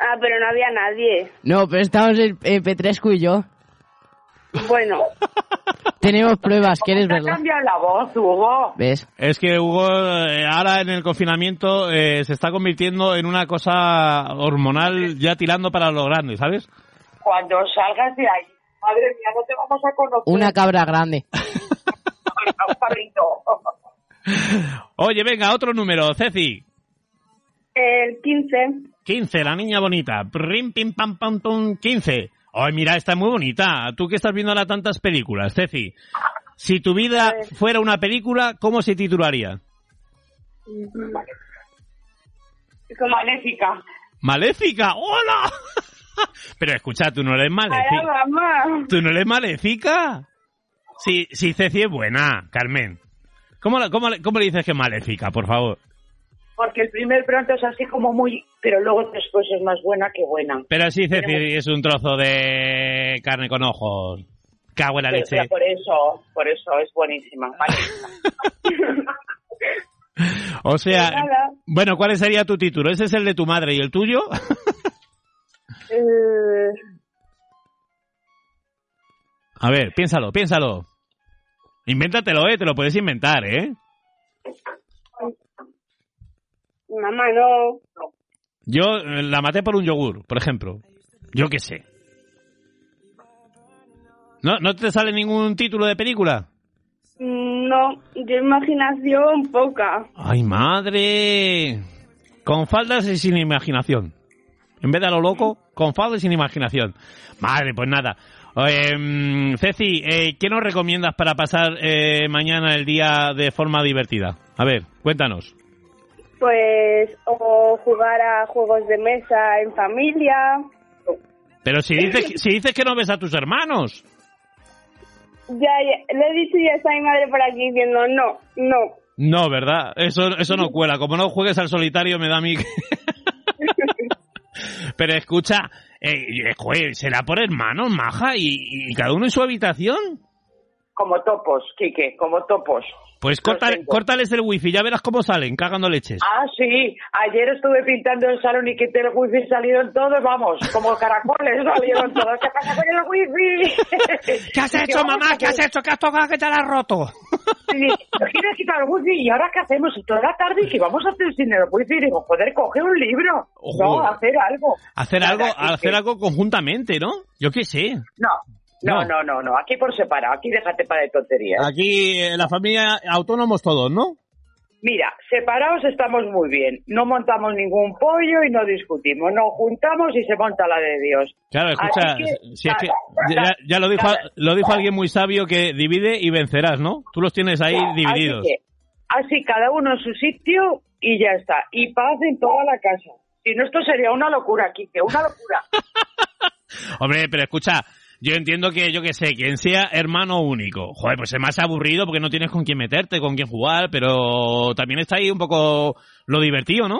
D: Ah, pero no había nadie.
C: No, pero estamos en, en Petrescu y yo.
D: Bueno,
C: Tenemos pruebas, ¿quieres
F: Te ha
C: verlo?
F: cambiado la voz, Hugo.
C: ¿Ves?
B: Es que Hugo eh, ahora en el confinamiento eh, se está convirtiendo en una cosa hormonal ya tirando para lo grande, ¿sabes?
F: Cuando salgas de ahí, madre mía, no te vamos a conocer.
C: Una cabra grande.
F: un cabrito.
B: Oye, venga, otro número, Ceci.
D: el 15.
B: 15, la niña bonita. Prim, pim, pam, pam, pum, 15. Ay, mira, está muy bonita. Tú que estás viendo ahora tantas películas, Ceci. Si tu vida fuera una película, ¿cómo se titularía?
F: Maléfica.
B: ¡Maléfica! ¡Hola! Pero escucha, tú no eres
D: ¡Para
B: maléfica.
D: mamá!
B: ¿Tú no eres maléfica? Sí, sí, Ceci es buena, Carmen. ¿Cómo, la- cómo, le- ¿Cómo le dices que es maléfica, por favor?
F: Porque el primer pronto es así como muy... Pero luego después es más buena que buena.
B: Pero sí, Ceci es un trozo de carne con ojos. Cago en la
F: Pero,
B: leche.
F: pero por eso, por eso es buenísima. Maléfica.
B: O sea,
D: Pues nada.
B: bueno, ¿cuál sería tu título? ¿Ese es el de tu madre y el tuyo?
D: Eh,
B: A ver, piénsalo, piénsalo. Invéntatelo, ¿eh? Te lo puedes inventar, ¿eh?
F: Mamá, no.
B: Yo eh, la maté por un yogur, por ejemplo. Yo qué sé. ¿No, ¿No te sale ningún título de película?
D: no, yo imaginación poca.
B: ¡Ay, madre! Con faldas y sin imaginación. En vez de a lo loco, con faldas y sin imaginación. Madre, pues nada. Oye, mm, Ceci, eh, ¿qué nos recomiendas para pasar eh, mañana el día de forma divertida? A ver, cuéntanos.
F: Pues o jugar a juegos de mesa en familia.
B: Pero si dices, si dices que no ves a tus hermanos.
F: Ya, ya, le he dicho y ya está mi madre por aquí diciendo no, no.
B: No, ¿verdad? Eso, eso no cuela. Como no juegues al solitario, me da a mí. que- Pero escucha, eh, joder, será por hermanos, maja, y, y cada uno en su habitación.
F: Como topos, Quique, como topos.
B: Pues
F: Los
B: corta-
F: tengo.
B: córtales el wifi, ya verás cómo salen, cagando leches.
F: Ah, sí, ayer estuve pintando el salón y quité el wifi y salieron todos, vamos, como caracoles salieron todos. ¿Qué pasa con el wifi?
B: ¿Qué has hecho, mamá? ¿Qué has hecho? ¿Qué has tocado que te la has roto?
F: Y dije, ¿Quieres quitar el wifi? ¿Y ahora qué hacemos? Y toda la tarde y que vamos a hacer sin el wifi. Y digo, joder, coge un libro.
B: Ojo.
F: No, hacer algo.
B: Hacer
F: Nada,
B: algo,
F: Quique.
B: hacer algo conjuntamente, ¿no? Yo qué sé.
F: No. No,
B: No.
F: no, no, no, aquí por separado, aquí déjate para de tonterías.
B: Aquí eh, la familia autónomos todos, ¿no?
F: Mira, separados estamos muy bien, no montamos ningún pollo y no discutimos, nos juntamos y se monta la de Dios.
B: Claro, escucha,
F: Así Ah, que,
B: si es que-
F: nada,
B: ya,
F: nada,
B: ya lo dijo
F: nada.
B: lo dijo alguien muy sabio que divide y vencerás, ¿no? Tú los tienes ahí divididos.
F: Así, que, así cada uno en su sitio y ya está. Y paz en toda la casa. Si no, esto sería una locura, Quique, una locura.
B: Hombre, pero escucha, yo entiendo que yo que sé, quien sea hermano único, joder, pues es más aburrido porque no tienes con quién meterte, con quién jugar, pero también está ahí un poco lo divertido, ¿no?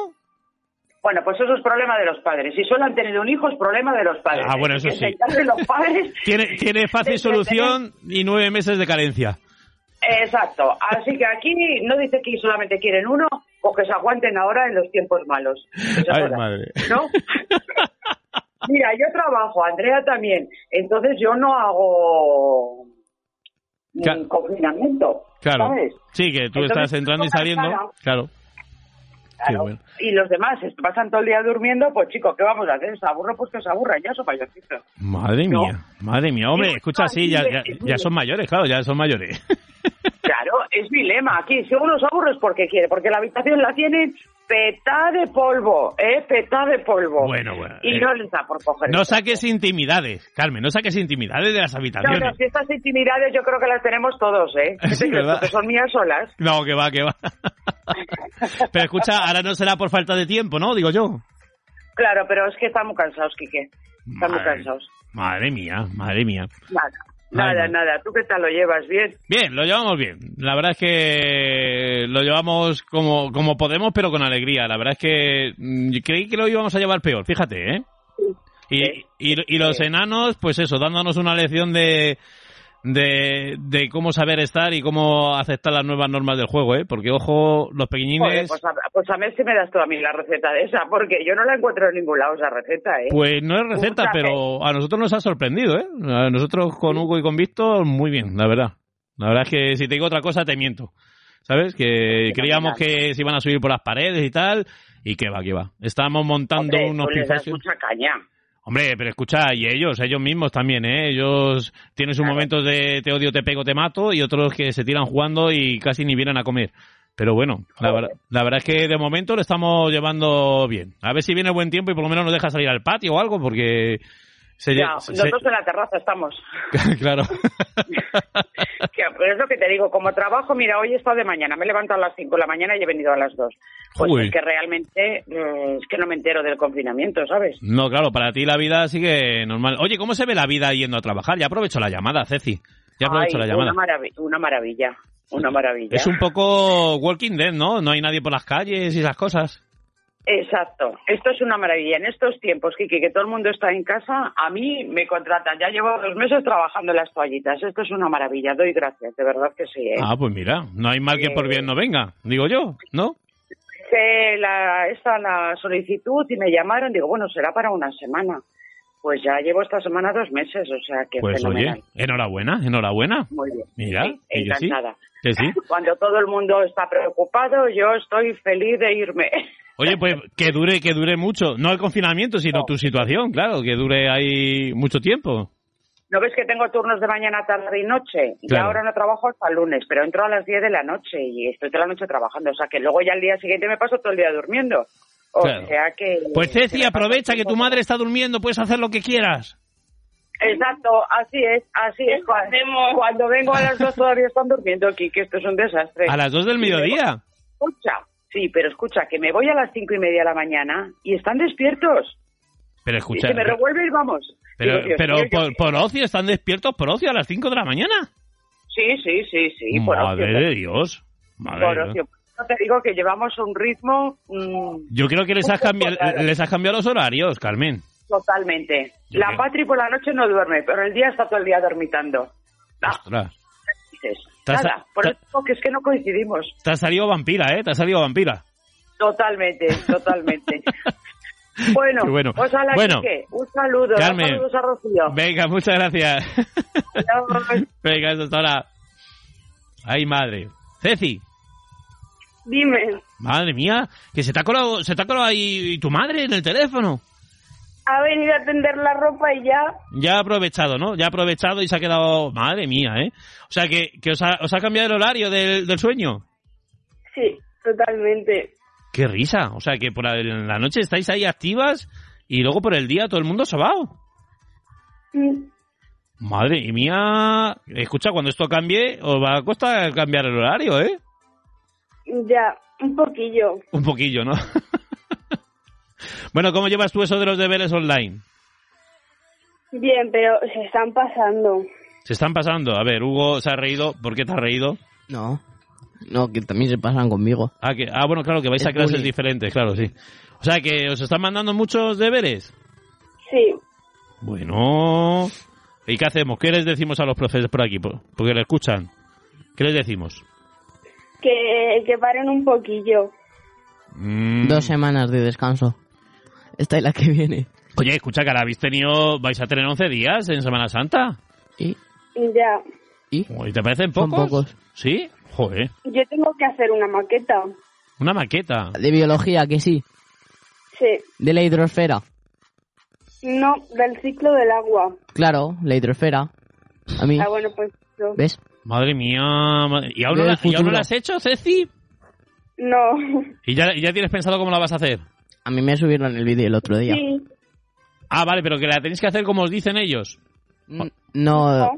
F: Bueno, pues eso es problema de los padres. Si solo han tenido un hijo, es problema de los padres.
B: Ah, bueno,
F: Hay
B: eso
F: que
B: sí.
F: sentarse los padres.
B: Tiene tiene fácil
F: Entretener.
B: solución y nueve meses de carencia.
F: Exacto. Así que aquí no dice que solamente quieren uno o que se aguanten ahora en los tiempos malos. Esas
B: Ay,
F: cosas.
B: madre.
F: ¿no? Mira, yo trabajo, Andrea también, entonces yo no hago mm,
B: Ca-
F: confinamiento,
B: Claro.
F: ¿sabes?
B: Sí, que tú
F: Entonces,
B: estás entrando y
F: toca
B: saliendo.
F: cara.
B: Claro.
F: Claro.
B: bueno.
F: Y los demás est- pasan todo el día durmiendo, pues chicos, ¿qué vamos a hacer? ¿Se aburro? Pues que se aburran, ya son mayorcitos.
B: Madre
F: No.
B: mía, madre mía, hombre,
F: Sí,
B: escucha,
F: ah,
B: sí, ya,
F: sí,
B: ya,
F: sí, sí.
B: ya son mayores, claro, ya son mayores.
F: Claro, es mi lema aquí, si uno se aburre es porque quiere, porque la habitación la tienen petá de polvo, ¿eh? Petá de polvo.
B: Bueno, bueno,
F: Y
B: eh,
F: no les da por coger.
B: No
F: el
B: saques intimidades, Carmen, no saques intimidades de las
F: No, no,
B: habitaciones.
F: si estas intimidades yo creo que las tenemos todos, ¿eh? ¿Qué te
B: Sí,
F: crees tú,
B: ¿verdad?
F: que son mías solas.
B: No, que va, que va. Pero escucha, ahora no será por falta de tiempo, ¿no? Digo yo.
F: Claro, pero es que estamos cansados, Quique. Estamos
B: Madre-
F: cansados.
B: Madre mía, madre mía.
F: Nada,
B: Ay,
F: nada,
B: no.
F: nada. ¿Tú qué tal lo llevas? ¿Bien?
B: Bien, lo llevamos bien. La verdad es que lo llevamos como, como podemos, pero con alegría. La verdad es que mm, yo creí que lo íbamos a llevar peor, fíjate, ¿eh? Y,
F: Sí.
B: y- y los enanos, pues eso, dándonos una lección de, de, de cómo saber estar y cómo aceptar las nuevas normas del juego, ¿eh? Porque, ojo, los
F: Joder,
B: pequeñines...
F: pues, a, pues a ver si me das tú a mí la receta de esa, porque yo no la encuentro en ningún lado esa receta, ¿eh?
B: Pues no es receta,
F: Usaje.
B: pero a nosotros nos ha sorprendido, ¿eh? A nosotros con Hugo y con Víctor, muy bien, la verdad. La verdad es que si te digo otra cosa, te miento. ¿Sabes? Que creíamos que se iban a subir por las paredes y tal, y que va, que va. Estábamos montando
F: Hombre,
B: unos
F: tú les das
B: pifes.
F: mucha caña.
B: Hombre, pero escucha, y ellos, ellos mismos también, ¿eh? Ellos tienen sus
F: Claro.
B: momentos de te odio, te pego, te mato, y otros que se tiran jugando y casi ni vienen a comer. Pero bueno, la,
F: Joder.
B: verdad- la verdad es que de momento lo estamos llevando bien. A ver si viene buen tiempo y por lo menos nos deja salir al patio o algo, porque... Se,
F: Ya,
B: lle- se-
F: nosotros en la terraza estamos.
B: claro.
F: Que, pues es lo que te digo, como trabajo, mira, hoy está de mañana, me he levantado a las 5 de la mañana y he venido a las 2. Pues
B: Uy.
F: es que realmente mm, es que no me entero del confinamiento, ¿sabes?
B: No, claro, para ti la vida sigue normal. Oye, ¿cómo se ve la vida yendo a trabajar? Ya aprovecho la llamada, Ceci. Ya aprovecho
F: Ay,
B: la llamada.
F: Una, maravi- una maravilla, una maravilla.
B: Es un poco Walking Dead, ¿no? No hay nadie por las calles y esas cosas.
F: Exacto. Esto es una maravilla. En estos tiempos, Kiki, que todo el mundo está en casa, a mí me contratan. Ya llevo dos meses trabajando en las toallitas. Esto es una maravilla. Doy gracias. De verdad que sí. ¿eh?
B: Ah, pues mira, no hay mal que por bien no venga, digo yo, ¿no?
F: Hice la, esta, la solicitud y me llamaron. Digo, bueno, será para una semana. Pues ya llevo esta semana dos meses, o sea que
B: Pues
F: fenomenal.
B: oye, enhorabuena, enhorabuena.
F: Muy bien.
B: Mira,
F: Sí,
B: que yo sí.
F: encantada.
B: Que sí.
F: Cuando todo el mundo está preocupado, yo estoy feliz de irme.
B: Oye, pues que dure, que dure mucho. No el confinamiento, sino
F: No.
B: tu situación, claro, que dure ahí mucho tiempo.
F: ¿No ves que tengo turnos de mañana, tarde y noche? Y
B: Claro.
F: ahora no trabajo hasta el lunes, pero entro a las 10 de la noche y estoy toda la noche trabajando. O sea que luego ya el día siguiente me paso todo el día durmiendo. O
B: Claro.
F: sea que...
B: Pues
F: que
B: Ceci,
F: me pasa
B: aprovecha que
F: tiempo
B: tu
F: todo.
B: madre está durmiendo, puedes hacer lo que quieras.
F: Exacto, así es, así es. Cuando, cuando vengo a las dos todavía están durmiendo aquí, que esto es un desastre.
B: A las dos del
F: Sí, luego-
B: mediodía.
F: Escucha, sí, pero escucha, que me voy a las cinco y media de la mañana y están despiertos.
B: Pero
F: Y
B: escucha,
F: se me
B: pero,
F: revuelve y vamos.
B: pero,
F: Digo, Dios mío, yo-
B: por, por ocio, están despiertos por ocio a las 5 de la mañana.
F: Sí, sí, sí, sí, por
B: Madre
F: ocio.
B: de Dios. Madre
F: Por
B: de Dios.
F: ocio. No te digo que llevamos un ritmo mm,
B: Yo creo que les
F: Un
B: has,
F: poco
B: cambiado,
F: raro.
B: les has cambiado los horarios, Carmen.
F: totalmente.
B: Yo
F: la
B: creo-
F: Patri por la noche no duerme, pero el día está todo el día dormitando. Ah,
B: Ostras.
F: dices,
B: Estás-
F: nada, por
B: ta-
F: eso digo que es que no coincidimos.
B: Te ha salido vampira, ¿eh? Te ha salido vampira.
F: Totalmente, totalmente. bueno,
B: Qué bueno.
F: pues a la
B: Bueno.
F: Quique, un saludo.
B: Carmen.
F: Saludos a Rocío.
B: Venga, muchas gracias.
F: Adiós.
B: Venga, hasta ahora. Ay, madre. Ceci,
D: Dime,
B: madre mía, que se te ha colado, se te ha colado ahí tu madre en el teléfono.
D: ha venido a tender la ropa y ya.
B: Ya ha aprovechado, ¿no? Ya ha aprovechado y se ha quedado... Madre mía, ¿eh? O sea, que, que os, ha, os ha cambiado el horario del, del sueño.
D: Sí, totalmente.
B: Qué risa. O sea, que por la, en la noche estáis ahí activas y luego por el día todo el mundo sobao.
D: Mm,
B: Madre mía. Escucha, cuando esto cambie, os va a costar cambiar el horario, ¿eh?
D: Ya, un poquillo.
B: Un poquillo, ¿no? bueno, ¿cómo llevas tú eso de los deberes online?
D: Bien, pero se están pasando.
B: Se están pasando. A ver, Hugo se ha reído. ¿Por qué te has reído?
C: No. No, que también se pasan conmigo.
B: Ah, que, ah bueno, claro, que vais
C: Es
B: a clases
C: bullying.
B: diferentes, claro, sí. O sea, que os están mandando muchos deberes.
D: Sí,
B: Bueno. ¿Y qué hacemos? ¿Qué les decimos a los profesores por aquí? Por- Porque le escuchan. ¿Qué les decimos?
D: que, que paren un poquillo.
B: Mm.
C: Dos semanas de descanso. Esta es la que viene.
B: Oye, escucha, que ahora habéis tenido... ¿Vais a tener 11 días en Semana Santa?
C: ¿Y?
D: Ya,
C: ¿Y?
B: Uy, ¿Te parecen
C: Son
B: pocos?
C: pocos.
B: ¿Sí? Joder.
D: yo tengo que hacer una maqueta.
B: Una maqueta.
C: De biología, que sí.
D: Sí,
C: De la hidrosfera.
D: no, del ciclo del agua.
C: Claro, la hidrosfera. A mí.
D: Ah, bueno, pues no.
C: ¿Ves?
B: Madre mía. madre- ¿Y aún, no
C: Del
B: la, y aún no
C: futuro.
B: la has hecho, Ceci?
D: No,
B: ¿Y ya, y ya tienes pensado cómo la vas a hacer?
C: A mí me subieron el vídeo el otro día.
D: sí,
B: Ah, vale, pero que la tenéis que hacer como os dicen ellos.
C: N- No,
D: no.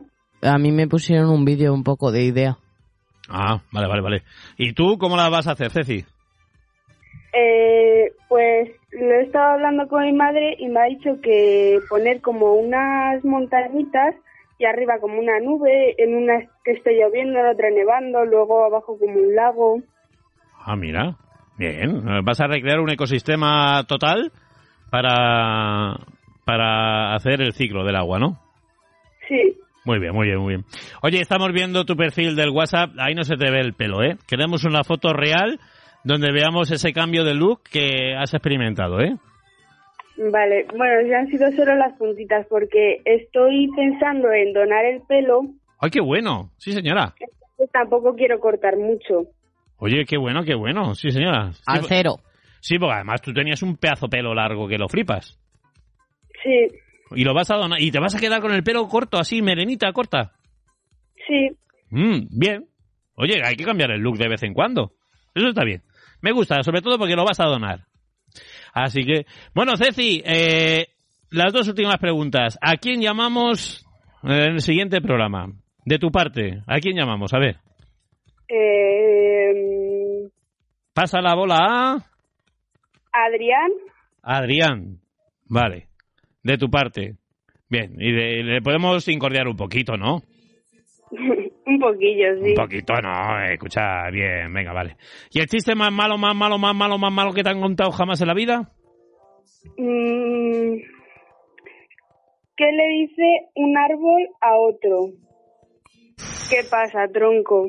C: a mí me pusieron un vídeo un poco de idea.
B: Ah, vale, vale, vale. ¿Y tú cómo la vas a hacer, Ceci?
D: Eh, pues lo he estado hablando con mi madre y me ha dicho que poner como unas montañitas y arriba como una nube, en una que esté lloviendo, en otra nevando, luego abajo como un lago.
B: Ah, mira. Bien. Vas a recrear un ecosistema total para, para hacer el ciclo del agua, ¿no?
D: Sí,
B: Muy bien, muy bien, muy bien. Oye, estamos viendo tu perfil del WhatsApp. Ahí no se te ve el pelo, ¿eh? Queremos una foto real donde veamos ese cambio de look que has experimentado, ¿eh?
D: vale. Bueno, ya han sido solo las puntitas porque estoy pensando en donar el pelo,
B: ¡Ay, qué bueno! Sí, señora.
D: pues tampoco quiero cortar mucho.
B: Oye, qué bueno, qué bueno. Sí, señora. Sí,
C: Al
B: po-
C: cero.
B: sí, porque además tú tenías un pedazo pelo largo que lo flipas.
D: Sí,
B: Y lo vas a donar. Y te vas a quedar con el pelo corto, así, merenita, corta.
D: sí,
B: Mm, bien. Oye, hay que cambiar el look de vez en cuando. Eso está bien. Me gusta, sobre todo porque lo vas a donar. Así que, bueno, Ceci, eh, las dos últimas preguntas. ¿A quién llamamos en el siguiente programa? De tu parte, ¿a quién llamamos? A ver,
D: eh,
B: pasa la bola a
D: Adrián,
B: Adrián. Vale, de tu parte. Bien, y de- le podemos incordiar un poquito, ¿no?
D: un poquillo, sí.
B: Un poquito, no, eh, escucha, bien, venga, vale. ¿Y el chiste más malo, más malo, más malo, más malo que te han contado jamás en la vida?
D: Mm, ¿Qué le dice un árbol a otro? ¿Qué pasa, tronco?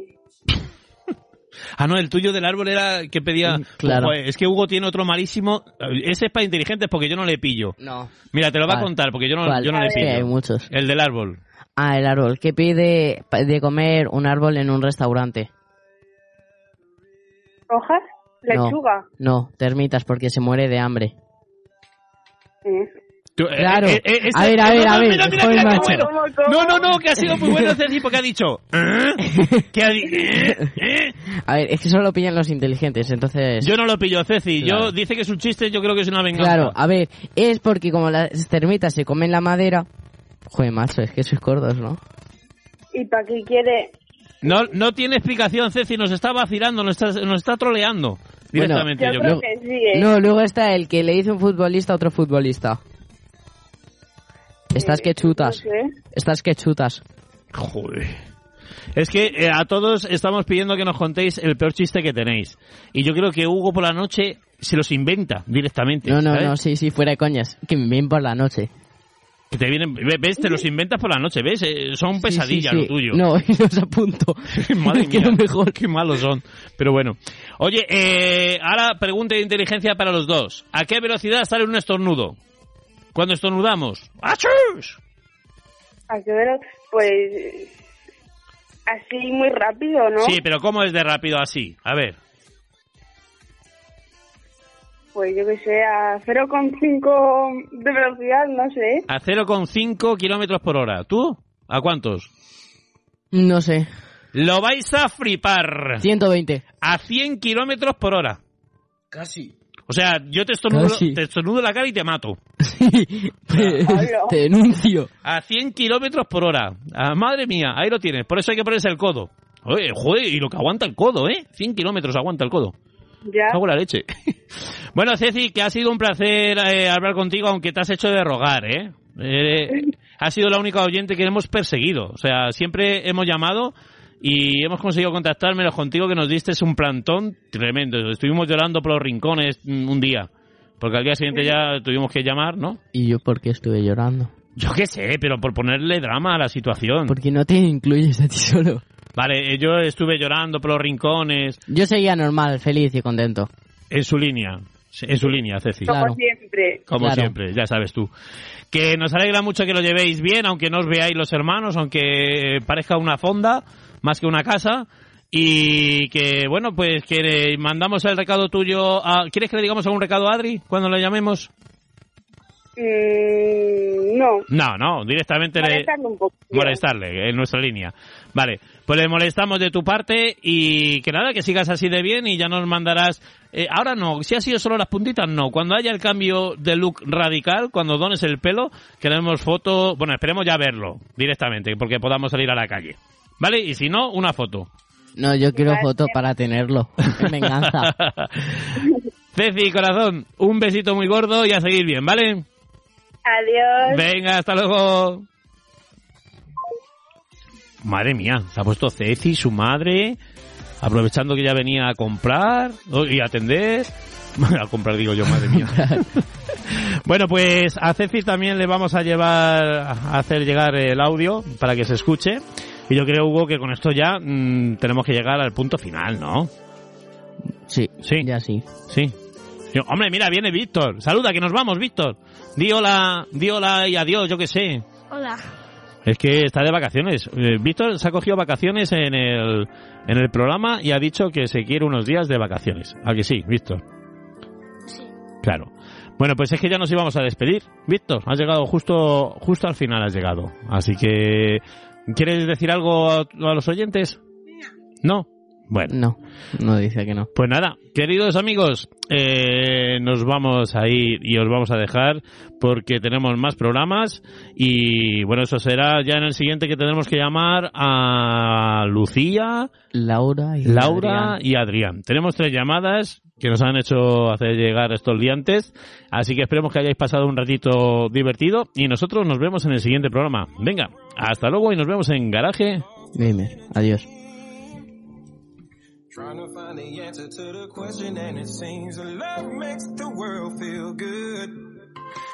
B: Ah, no, el tuyo del árbol era que pedía...
C: Mm, claro.
B: Ojo, eh, es que Hugo tiene otro malísimo... Ese es para inteligentes porque yo no le pillo.
C: No.
B: Mira, te lo va a
C: Vale.
B: contar porque yo no,
C: ¿Cuál?
B: yo no le
C: Es que hay
B: pillo.
C: muchos.
B: El del árbol.
C: Ah, el árbol. ¿Qué pide pa- de comer un árbol en un restaurante?
D: ¿Hojas?
C: No.
D: ¿Lechuga?
C: No, termitas, porque se muere de hambre.
D: Sí.
B: Tú, eh,
C: Claro.
B: eh, eh, ese-
C: A ver, a ver,
B: no,
C: a
B: no,
C: ver.
B: mira, mira,
C: Joder,
B: mira, qué
C: macho.
B: bueno.
D: ¿Cómo, cómo?
B: No, no, no, que ha sido muy bueno ese tipo que ha dicho. ¿eh? Que ha di- ¿eh? ¿eh?
C: A ver, es que solo lo pillan los inteligentes, entonces...
B: Yo no lo pillo, Ceci. Yo
C: Claro.
B: dice que es un chiste, yo creo que es una venganza.
C: Claro, a ver, es porque como las termitas se comen la madera... Joder, macho, es que sois cortos, ¿no?
D: ¿Y para qué quiere?
B: No, no tiene explicación, Ceci. Nos está vacilando, nos está, nos está troleando directamente.
D: Yo,
B: yo creo.
D: creo que sí, ¿eh?
C: No, luego está el que le dice un futbolista a otro futbolista. Estás que
D: No
C: chutas.
D: sé.
C: Estás que chutas.
B: Joder. Es que eh, a todos estamos pidiendo que nos contéis el peor chiste que tenéis. Y yo creo que Hugo por la noche se los inventa directamente.
C: No, no,
B: ¿sabes?
C: no, sí, sí, fuera de coñas. Que me ven por la noche.
B: Que te vienen, ve- ves, te los inventas por la noche, ves, Eh, son
C: Sí, sí,
B: pesadillas
C: sí.
B: lo tuyo.
C: No, y los apunto.
B: Madre
C: que
B: mía,
C: lo mejor.
B: qué malos son. Pero bueno. Oye, eh, ahora pregunta de inteligencia para los dos. ¿A qué velocidad sale un estornudo? Cuando estornudamos. ¡Ah, ¡Achus!
D: ¿A qué ver? Pues. Así muy rápido, ¿no?
B: Sí, pero ¿cómo es de rápido así? A ver.
D: Pues yo que sé, a 0,5 de velocidad, no sé.
B: A 0,5 kilómetros por hora. ¿Tú? ¿A cuántos?
C: No sé.
B: Lo vais a flipar.
C: 120.
B: A 100 kilómetros por hora. Casi. O sea, yo te estornudo,
C: Casi.
B: te estornudo la cara y te mato.
C: Te- pues, Te denuncio.
B: A 100 kilómetros por hora. Ah, madre mía, ahí lo tienes. Por eso hay que ponerse el codo. Oye, joder, y lo que aguanta el codo, ¿eh? 100 kilómetros aguanta el codo.
D: Ya.
B: Hago la leche. bueno, Ceci, que ha sido un placer eh, hablar contigo, aunque te has hecho de rogar, ¿eh? Eh, Has sido la única oyente que hemos perseguido. O sea, siempre hemos llamado y hemos conseguido contactar, menos contigo, que nos diste un plantón tremendo. Estuvimos llorando por los rincones mm, un día. Porque al día siguiente ya tuvimos que llamar, ¿no?
C: ¿Y yo por qué estuve llorando?
B: Yo qué sé, pero por ponerle drama a la situación.
C: Porque no te incluyes a ti solo.
B: Vale, eh, yo estuve llorando por los rincones,
C: Yo seguía normal, feliz y contento.
B: en su línea, en su línea, Ceci.
C: Claro.
D: Como siempre.
B: Como
C: Claro.
B: siempre, ya sabes tú. Que nos alegra mucho que lo llevéis bien, aunque no os veáis los hermanos, aunque eh, parezca una fonda más que una casa. Y que, bueno, pues que eh, mandamos el recado tuyo a... ¿Quieres que le digamos algún recado a Adri cuando le llamemos?
D: Mm, no.
B: No, no, directamente le...
D: Molestarlo un poco.
B: molestarle en nuestra línea. Vale, pues le molestamos de tu parte y que nada, que sigas así de bien y ya nos mandarás. eh, ahora no, si ha sido solo las puntitas, no. Cuando haya el cambio de look radical, cuando dones el pelo, queremos foto. Bueno, esperemos ya verlo directamente, porque podamos salir a la calle. ¿Vale? Y si no, una foto.
C: No, yo quiero
D: Gracias.
C: foto para tenerlo. Venganza.
B: Ceci, corazón, un besito muy gordo y a seguir bien, ¿vale?
D: Adiós.
B: Venga, hasta luego. Madre mía, se ha puesto Ceci, su madre, aprovechando que ya venía a comprar o- y a atender. A comprar, digo yo, madre mía. bueno, pues a Ceci también le vamos a llevar, a hacer llegar el audio para que se escuche. Y yo creo, Hugo, que con esto ya mm, tenemos que llegar al punto final, ¿no?
C: Sí,
B: Sí.
C: ya sí.
B: Sí. Yo, hombre, mira, viene Víctor. Saluda, que nos vamos, Víctor. Di hola, di hola y adiós, yo qué sé.
E: Hola.
B: Es que está de vacaciones. Eh, Víctor se ha cogido vacaciones en el, en el programa y ha dicho que se quiere unos días de vacaciones. ¿A que sí, Víctor?
E: Sí.
B: Claro. Bueno, pues es que ya nos íbamos a despedir. Víctor, has llegado justo, justo al final, has llegado. Así que, ¿quieres decir algo a, a los oyentes? No. ¿No? Bueno.
C: No, no dice que no.
B: Pues nada, queridos amigos, eh, nos vamos a ir y os vamos a dejar porque tenemos más programas y bueno, eso será ya en el siguiente que tenemos que llamar a Lucía,
C: Laura y
B: Laura
C: Adrián.
B: y Adrián. Tenemos tres llamadas que nos han hecho hacer llegar estos liantes, así que esperemos que hayáis pasado un ratito divertido y nosotros nos vemos en el siguiente programa. Venga, hasta luego y nos vemos en Garaje
C: Dime, adiós.
G: Trying to find the answer to the question, and it seems that love makes the world feel good.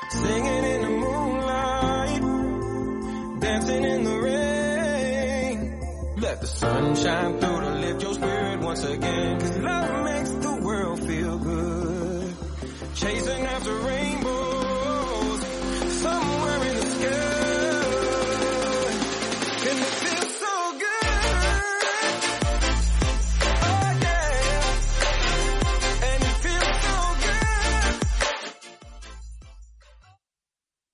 G: Singing in the moonlight, dancing in the rain. Let the sun shine through to lift your spirit once again. Cause love makes the world feel good. Chasing after rainbows somewhere in the sky. Oh,